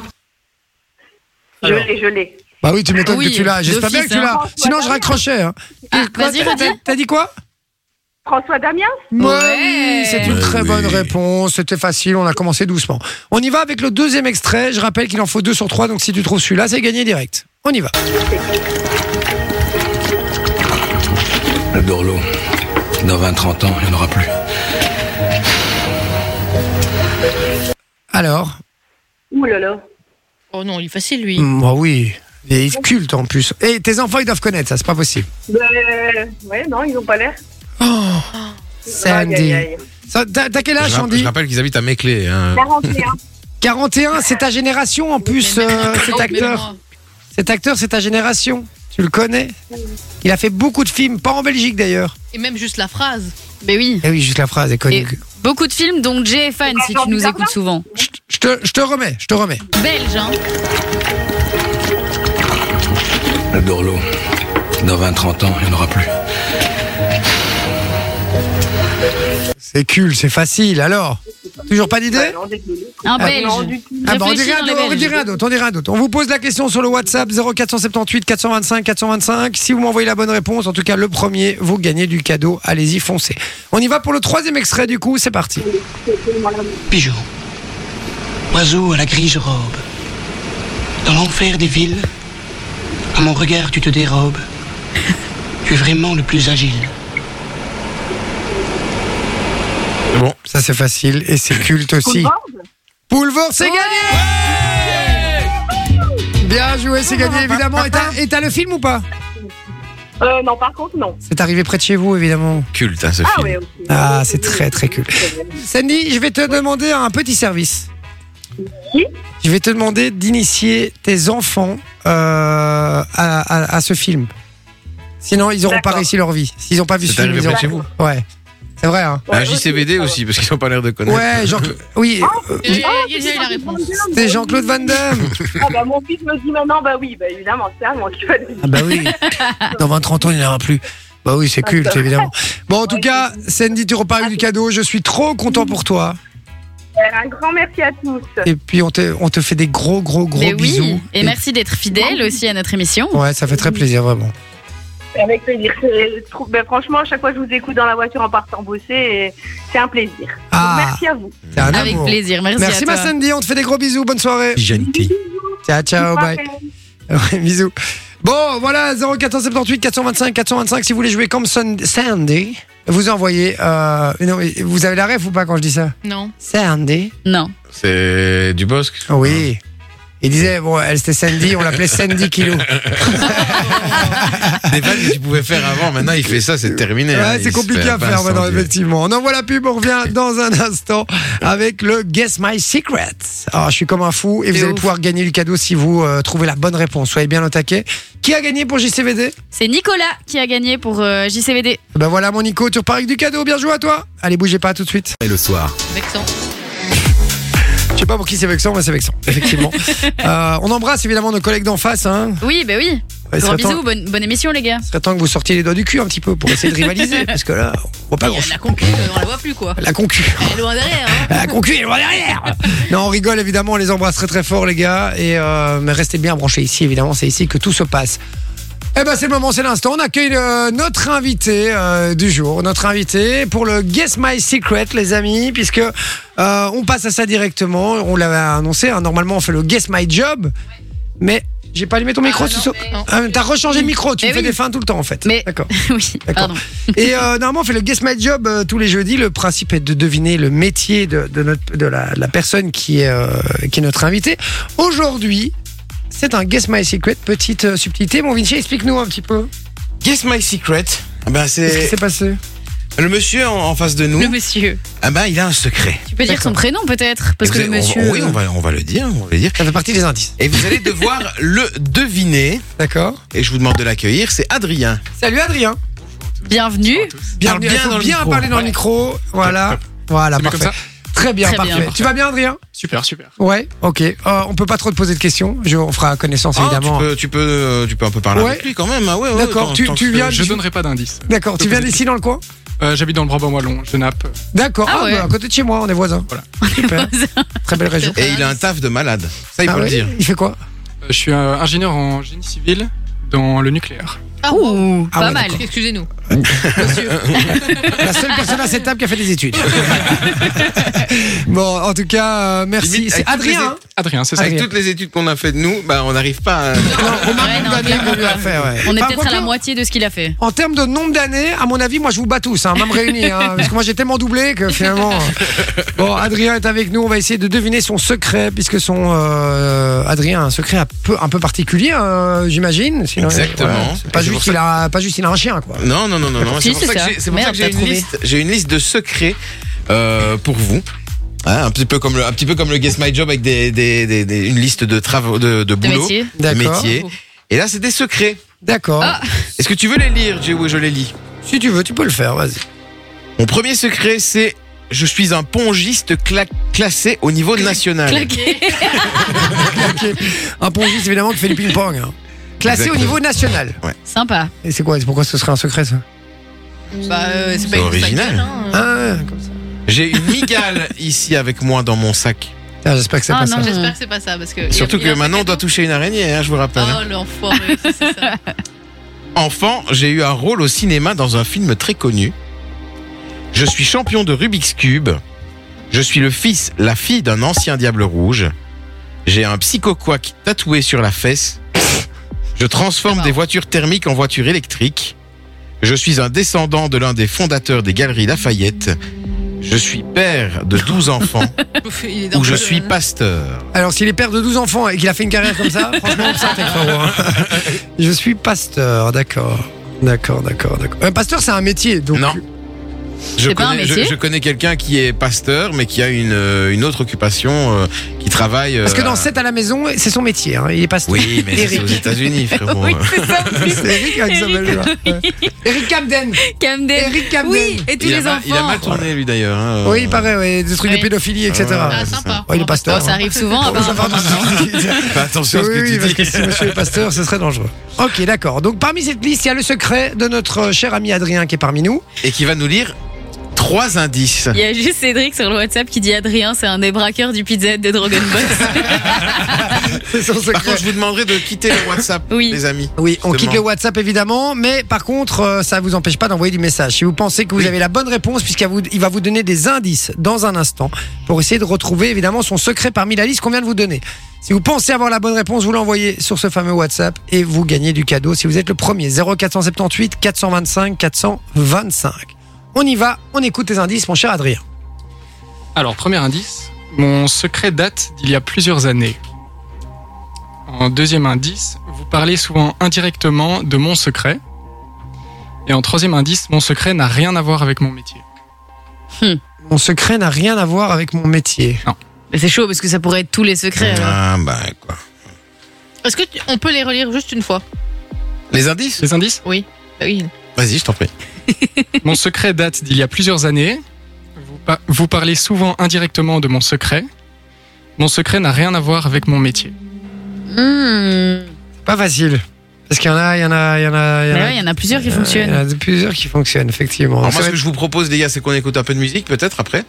S9: Je l'ai, je l'ai.
S2: Bah oui, tu m'étonnes
S1: Oui,
S2: que tu l'as. J'espère bien que
S1: d'office,
S2: tu l'as.
S9: hein.
S2: Sinon, je raccrochais. hein.
S1: Ah,
S2: Quoi,
S1: vas-y,
S2: t'as-
S1: redis.
S2: T'as dit quoi
S9: François Damiens
S2: Ouais, c'est une
S3: Ouais,
S2: très
S3: oui.
S2: bonne réponse. C'était facile, on a commencé doucement. On y va avec le deuxième extrait. Je rappelle qu'il en faut deux sur trois, donc si tu trouves celui-là, c'est gagné direct. On y va.
S7: Le Dorlo, dans 20-30 ans, il n'y en aura plus.
S2: Alors
S9: Ouh là là.
S4: Oh non, il est facile lui.
S2: Mm, Bah oui. Et il culte en plus. Et tes enfants, ils doivent connaître ça, c'est pas possible.
S9: Euh, ouais, non, ils n'ont pas l'air.
S2: Oh,
S9: Aïe,
S2: Sandy.
S9: aïe, aïe.
S2: Ça, T'as t'as quel
S3: Je,
S2: âge,
S3: rapp-
S2: Sandy
S3: je rappelle qu'ils habitent à Méclé. hein.
S2: Bah. [LAUGHS]
S9: 41.
S2: 41, c'est ta génération en plus,
S4: Mais même-
S2: euh, cet
S4: Oh,
S2: acteur.
S4: même moi.
S2: Cet acteur, c'est ta génération. Tu le connais Il a fait beaucoup de films, pas en Belgique d'ailleurs.
S4: Et même juste la phrase.
S1: Mais oui.
S2: Eh oui, juste la phrase est connue.
S1: Beaucoup de films, donc Jay est fan si tu nous écoutes souvent.
S2: Je te- je te- je te remets, je te remets.
S1: Belge, hein.
S7: Le Dorlo, dans 20-30 ans, il n'y en aura plus.
S2: C'est cul, c'est facile. Alors, toujours pas d'idée
S9: Non, j'ai plus.
S1: Un
S2: Ah,
S1: belge.
S9: non, du tout.
S2: Ah bah, on
S1: Réfléchis
S2: dirait
S1: dans
S2: un
S1: les
S2: autre, on
S1: Belges.
S2: dirait un autre, on dirait un autre. On vous pose la question sur le WhatsApp 0478 425 425. Si vous m'envoyez la bonne réponse, en tout cas le premier, vous gagnez du cadeau. Allez-y, foncez. On y va pour le troisième extrait du coup, c'est parti.
S11: Pigeon, oiseau à la grise robe, dans l'enfer des villes, à mon regard tu te dérobes, tu es vraiment le plus agile.
S2: Bon, ça c'est facile et c'est culte aussi. Poulvor, c'est gagné Bien joué, c'est gagné évidemment. Et t'as- Et t'as le film ou pas
S9: Euh, non, par contre, non.
S2: C'est arrivé près de chez vous évidemment.
S3: Culte, hein, ce
S9: Ah
S3: film.
S9: ouais, ok.
S2: Ah, c'est très très culte. Sandy, je vais te demander un petit service.
S9: Oui
S2: Je vais te demander d'initier tes enfants euh, à, à- à ce film. Sinon, ils n'auront pas
S9: D'accord.
S2: réussi leur vie. S'ils n'ont pas vu ce
S3: C'est
S2: film,
S3: arrivé
S2: ils
S3: près de
S2: auront...
S3: chez vous.
S2: Ouais, c'est vrai. Hein.
S3: Ah,
S9: Ouais,
S3: JCVD aussi, parce qu'ils n'ont pas l'air de connaître.
S2: Ouais, Jean. Oui,
S9: Ah,
S2: euh,
S4: Il y a il y a déjà eu la réponse.
S2: c'est Jean-Claude Van Damme.
S9: Ah bah mon fils me dit maintenant, bah oui, bah évidemment, c'est à moi qu'il fallait.
S2: [LAUGHS] Ah bah oui. Dans 20-30 ans, il n'y en aura plus. Bah oui, c'est culte évidemment. Bon, en tout cas, Sandy, tu repars avec du cadeau. Je suis trop content pour toi.
S9: Un grand merci à tous.
S2: Et puis on te, on te fait des gros, gros, gros
S1: Mais oui.
S2: bisous.
S1: Et merci d'être fidèle aussi à notre émission.
S2: Ouais, ça fait très plaisir vraiment.
S9: Avec plaisir. C'est- trou- bah, franchement, à chaque fois, je vous écoute dans la voiture en partant bosser et c'est un plaisir. Donc,
S2: Ah.
S9: merci à vous.
S2: T'es un
S1: Avec
S2: amour.
S1: plaisir. Merci,
S2: Merci
S1: à toi.
S2: ma Sandy, on te fait des gros bisous, bonne soirée.
S3: Pigeonneté.
S2: Ciao, ciao, bye. [LAUGHS]
S9: Parfait.
S2: Ouais, bisous. Bon, voilà, 0478 425 425, si vous voulez jouer comme Sun- Sandy, vous envoyez... Euh, non, mais vous avez la ref ou pas quand je dis ça
S4: Non.
S2: Sandy
S1: Non.
S3: C'est du Bosque.
S11: [LAUGHS]
S2: Oui. Il disait, bon, elle c'était Sandy, on l'appelait Sandy Kilo.
S3: Des vannes que tu pouvais faire avant, maintenant il fait ça, c'est terminé. hein,
S2: Ouais,
S3: il
S2: c'est
S3: se
S2: compliqué
S3: fait
S2: à
S3: pas
S2: faire maintenant,
S3: incendier.
S2: effectivement. On envoie la pub, on revient dans un instant avec le Guess My Secret. Alors, je suis comme un fou et vous
S1: C'est
S2: allez
S1: ouf.
S2: pouvoir gagner du cadeau si vous euh, trouvez la bonne réponse. Soyez bien au taquet. Qui a gagné pour JCVD
S1: C'est Nicolas qui a gagné pour euh, JCVD.
S2: Ben voilà, mon Nico, tu repars avec du cadeau. Bien joué à toi. Allez, bougez pas tout de suite.
S5: Et le soir,
S4: Vexant.
S2: Je sais pas pour qui c'est vexant, mais c'est vexant,
S1: [LAUGHS]
S2: effectivement. Euh, on embrasse évidemment nos collègues d'en face. Hein.
S1: Oui, bah oui.
S2: Ouais, Ah, il
S1: Gros
S2: serait temps-
S1: bisous. Bonne, bonne émission, les gars. [LAUGHS]
S2: il serait temps que vous sortiez les doigts du cul un petit peu pour essayer de rivaliser, parce que là, on voit pas
S4: Il y
S2: grand
S4: a la concu, euh, on la voit plus quoi.
S2: La concu.
S4: Elle est loin derrière. hein.
S2: La concu est loin derrière Non, on rigole évidemment, on les embrasse très très fort les gars. Et euh, mais restez bien branchés ici, évidemment, c'est ici que tout se passe. Eh ben c'est le moment, c'est l'instant. On accueille euh, notre invité euh, du jour, notre invité pour le Guess My Secret, les amis, puisque euh, on passe à ça directement. On l'avait annoncé. hein, normalement, on fait le Guess My Job, mais j'ai pas allumé ton micro. tu sau-
S4: non.
S2: Ah, T'as rechangé le micro. Tu
S1: Mais
S2: fais
S1: oui.
S2: des fins tout le temps en fait.
S1: Mais-
S2: D'accord.
S1: oui,
S2: D'accord.
S1: pardon.
S2: Et euh, normalement, on fait le Guess My Job euh, tous les jeudis. Le principe est de deviner le métier de, de notre, de, la, de la personne qui est, euh, qui est notre invité. Aujourd'hui, c'est un Guess My Secret. Petite euh, subtilité. Mon Vinci, explique-nous un petit peu
S11: Guess my secret, ben
S2: ce qui
S11: c'est
S2: s'est passé.
S11: le monsieur en, en face de nous,
S1: Le monsieur.
S11: ah ben il a un secret.
S1: Tu peux dire son prénom peut-être Parce
S11: Et
S1: que
S11: vous
S1: le
S11: allez- on-
S1: monsieur.
S11: oui,
S2: euh,
S11: on va, on va le dire, on va le dire.
S2: Ça fait partie des indices.
S11: Et vous allez
S2: [LAUGHS]
S11: devoir le deviner.
S2: D'accord.
S11: Et je vous demande de l'accueillir, c'est Adrien.
S2: Salut Adrien.
S1: Bienvenue.
S2: Bien,
S11: bien dans le
S2: bien
S11: micro.
S2: parler dans le micro. Voilà. Voilà,
S11: mieux
S2: parfait.
S11: comme
S2: Très bien,
S1: Très
S2: parfait.
S1: bien.
S2: Tu vas bien, Adrien
S11: Super, super.
S2: Ouais, ok. Euh, on peut pas trop te poser de questions. Je, on fera connaissance, évidemment.
S11: Ah, Oh, tu, peux, tu, peux, euh, tu peux un peu parler
S2: Ouais.
S11: avec lui quand même. Ah ouais, ouais,
S2: D'accord,
S11: tant-
S2: tu-
S11: tant
S2: tu
S11: que-
S12: Euh,
S2: viens- Je tu-
S11: donnerai pas d'indice.
S2: D'accord. Tu viens d'ici dans le coin
S11: J'habite dans le Brabant Wallon, je nappe.
S2: D'accord.
S1: Ah
S2: Ah,
S1: ouais.
S2: bah, à côté de chez moi, on est voisins. Voilà. Super. Très belle
S1: [LAUGHS]
S2: région.
S11: Et il a un taf de malade. Ça, il
S2: Ah
S11: peut
S2: ouais
S11: le dire.
S2: Il fait quoi
S11: Je suis ingénieur en génie civil dans le nucléaire.
S1: Ah, ouh,
S2: Ah
S1: pas
S2: ouais,
S1: mal.
S2: d'accord.
S4: Excusez-nous.
S2: La seule personne à cette table qui a fait des
S1: [LAUGHS]
S2: études. bon, en tout cas, euh, merci.
S3: Limite,
S2: C'est
S3: avec toutes les
S2: Adrien. hein
S3: é- Avec toutes les études qu'on a faites de nous, bah, on n'arrive pas à.
S1: Ouais, non,
S2: Adrien
S1: clairement
S2: qu'on lui a
S1: pas.
S2: fait, ouais.
S1: On est
S2: Enfin,
S1: peut-être à la
S2: quoique-
S1: moitié de ce qu'il a fait.
S2: En termes de nombre d'années, à mon avis, moi je vous bats tous, hein, même réunis, hein, parce que moi j'ai tellement doublé que finalement. Bon, Adrien est avec nous, on va essayer de deviner son secret, puisque son. euh, Adrien a un secret un peu, un peu particulier, euh, j'imagine. sinon,
S3: Exactement.
S2: voilà, c'est pas,
S3: Et c'est
S2: juste
S3: pour
S2: qu'il a, pas juste qu'il a un chien, quoi.
S3: [LAUGHS] Non, non, non, non, non.
S1: Si,
S3: pour
S1: c'est
S3: ça que
S1: ça.
S3: j'ai- c'est pour ça
S1: Merde,
S3: que j'ai
S1: t'as
S3: une
S1: trouvé.
S3: liste, j'ai une liste de secrets euh, pour vous. Hein, un petit peu comme le, un petit peu comme le Guess My Job avec des, des, des- des- une liste de travaux, de, de boulot,
S1: métiers.
S3: de
S2: D'accord.
S3: métiers. Et là, c'est des secrets.
S2: D'accord.
S1: Ah.
S3: Est-ce que tu veux les lire, Jay, ou je les lis
S2: Si tu veux, tu peux le faire, vas-y.
S3: Mon premier secret, c'est je suis un pongiste cla- classé au niveau national.
S1: Claqué. [LAUGHS]
S2: Ok. Un pongiste, évidemment, qui fait du ping-pong. hein. Classé au
S3: Exactement.
S2: niveau national.
S1: Sympa.
S2: Et c'est quoi c'est Pourquoi ce serait un secret, ça
S4: Bah, euh, c'est pas
S3: C'est
S4: une
S3: original.
S4: saga, hein.
S2: Ah, comme ça.
S3: J'ai une migale ici avec moi dans mon sac.
S2: Ah, J'espère que c'est
S1: Ah,
S2: pas ça.
S1: non, mais-
S4: J'espère que c'est pas ça parce que.
S3: Surtout
S4: il y a- il y
S3: que
S4: a un
S3: maintenant,
S4: sac
S3: on
S4: à
S3: doit toucher une araignée, hein, je vous rappelle. hein.
S4: dos. Oh l'enfoiré, si, c'est
S3: [LAUGHS]
S4: ça.
S3: Enfant, j'ai eu un rôle au cinéma dans un film très connu. Je suis champion de Rubik's Cube. Je suis le fils, la fille d'un ancien diable rouge. J'ai un psychoquac tatoué sur la fesse. Je transforme des voitures thermiques en voitures électriques. Je suis un descendant de l'un des fondateurs des galeries Lafayette. Je suis père de 12 enfants
S4: Ouf, il est dans
S3: ou je
S4: le-
S3: suis pasteur.
S2: Alors, s'il est père de 12 enfants et qu'il a fait une carrière comme [LAUGHS] ça, franchement, ça, t'es frérot. hein. Je suis pasteur, d'accord. D'accord, d'accord, d'accord. Euh, pasteur, c'est un métier, donc.
S3: Non. Je
S1: C'est pas un
S3: connais, je,
S1: métier
S3: je connais quelqu'un qui est pasteur, mais qui a une, euh, une autre occupation, euh, qui travaille. euh,
S2: Parce que dans
S3: à-
S2: 7 à la maison, c'est son métier, hein, il est pasteur.
S3: Oui, mais ça, c'est aux
S2: Eric.
S3: États-Unis, frérot.
S1: Oui, c'est ça.
S2: [LAUGHS] C'est Eric, avec sa belle voix. Ouais. Euh, Eric Camden.
S1: Camden.
S2: Eric Camden.
S1: Oui, et tous
S3: il, a
S1: les
S3: mal, il a
S1: enfants.
S3: mal tourné, lui, d'ailleurs. hein.
S2: Oui, pareil, ouais, des trucs de
S1: Oui.
S2: pédophilie, etc.
S4: Ah,
S3: Ah,
S4: sympa.
S2: Ouais, il est pasteur.
S1: Oh, ça arrive souvent,
S2: Bon, ça va,
S1: apparemment.
S2: parce- [LAUGHS]
S3: Fais attention à ce
S2: oui,
S3: que
S2: oui,
S3: tu
S2: parce
S3: dis.
S2: que si monsieur est pasteur, ce serait dangereux. Ok, d'accord. Donc parmi cette liste, il y a le secret de notre cher ami Adrien qui est parmi nous.
S3: Et qui va nous lire trois indices.
S1: Il y a juste Cédric sur le WhatsApp qui dit Adrien, c'est un des braqueurs du pizza Hut de Dragon Box.
S2: C'est son secret.
S3: Par contre, je vous demanderai de quitter le WhatsApp,
S1: Oui.
S3: les amis.
S2: Oui, on
S3: Justement.
S2: quitte le WhatsApp évidemment, mais par contre, euh, ça vous empêche pas d'envoyer du message. Si vous pensez que vous
S3: Oui.
S2: avez la bonne réponse, puisqu'il vous- il va vous donner des indices dans un instant pour essayer de retrouver évidemment son secret parmi la liste qu'on vient de vous donner. Si vous pensez avoir la bonne réponse, vous l'envoyez sur ce fameux WhatsApp et vous gagnez du cadeau si vous êtes le premier. 0478 425 425. On y va, on écoute les indices, mon cher Adrien.
S12: Alors, premier indice, mon secret date d'il y a plusieurs années. En deuxième indice, vous parlez souvent indirectement de mon secret. Et en troisième indice, mon secret n'a rien à voir avec mon métier.
S2: Mon secret n'a rien à voir avec mon métier.
S1: Mais c'est chaud parce que ça pourrait être tous les secrets. alors.
S3: Ah, bah, quoi.
S4: Est-ce que tu- on peut les relire juste une fois
S3: Les indices
S12: Les indices
S4: Bah Oui.
S3: Vas-y, je t'en prie.
S12: Mon secret date d'il y a plusieurs années. Vous, par- vous parlez souvent indirectement de mon secret. Mon secret n'a rien à voir avec mon métier.
S1: Mmh.
S2: Pas facile. Parce qu'il y en a, il y en a, il y en a, il y en
S1: Mais
S2: a.
S1: ouais, il y en a plusieurs qui
S2: Il y
S1: fonctionnent.
S2: en a plusieurs qui fonctionnent, effectivement.
S3: Alors,
S2: ça,
S3: moi,
S2: va
S3: ce
S2: être,
S3: que je vous propose, les gars, c'est qu'on écoute un peu de musique, peut-être, après.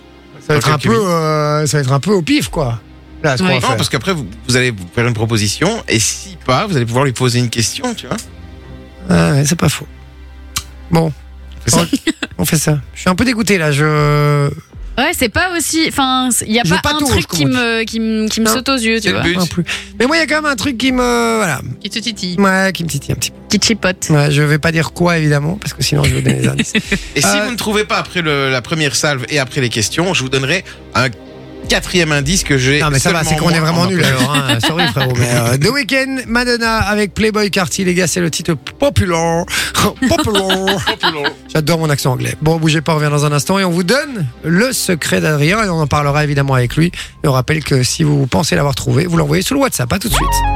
S2: ça va être un
S3: quelques
S2: peu,
S3: minutes.
S2: euh, ça va être un peu au pif, quoi. Là, ce qu'on
S1: Ouais.
S2: va
S3: Non,
S2: faire.
S3: parce qu'après, vous, vous allez vous faire une proposition, et si pas, vous allez pouvoir lui poser une question, tu vois.
S2: Ah ouais, c'est pas faux. Bon.
S3: Fais ça.
S2: Ok, On fait ça. Je suis un peu dégoûté, là. Je.
S1: Ouais, c'est pas aussi. Enfin, il y a
S2: Je
S1: pas,
S2: veux pas
S1: un
S2: tout,
S1: truc
S2: je
S1: qui me, qui me, qui me
S2: Non.
S1: saute aux yeux, tu
S3: C'est le
S1: vois.
S3: but.
S2: Non plus. Mais moi, il y a quand même un truc qui me. Voilà.
S4: Qui te titille.
S2: Ouais, qui me titille un petit peu.
S1: Qui chipote.
S2: Ouais, je vais pas dire quoi, évidemment, parce que sinon, je vais vous donner [LAUGHS] des indices.
S3: Et si
S2: Euh,
S3: vous ne trouvez pas après le- la première salve et après les questions, je vous donnerai un quatrième indice que j'ai.
S2: Non, mais ça va,
S3: seulement
S2: c'est qu'on
S3: moi
S2: est vraiment
S3: en
S2: nuls, alors. hein. Sorry, frérot. Mais, euh, The Weeknd, Madonna avec Playboy Carty, les gars, c'est le titre populaire. populaire. J'adore mon accent anglais. Bon, bougez pas, on revient dans un instant et on vous donne le secret d'Adrien et on en parlera évidemment avec lui. Et on rappelle que si vous pensez l'avoir trouvé, vous l'envoyez sur le WhatsApp. À tout de suite.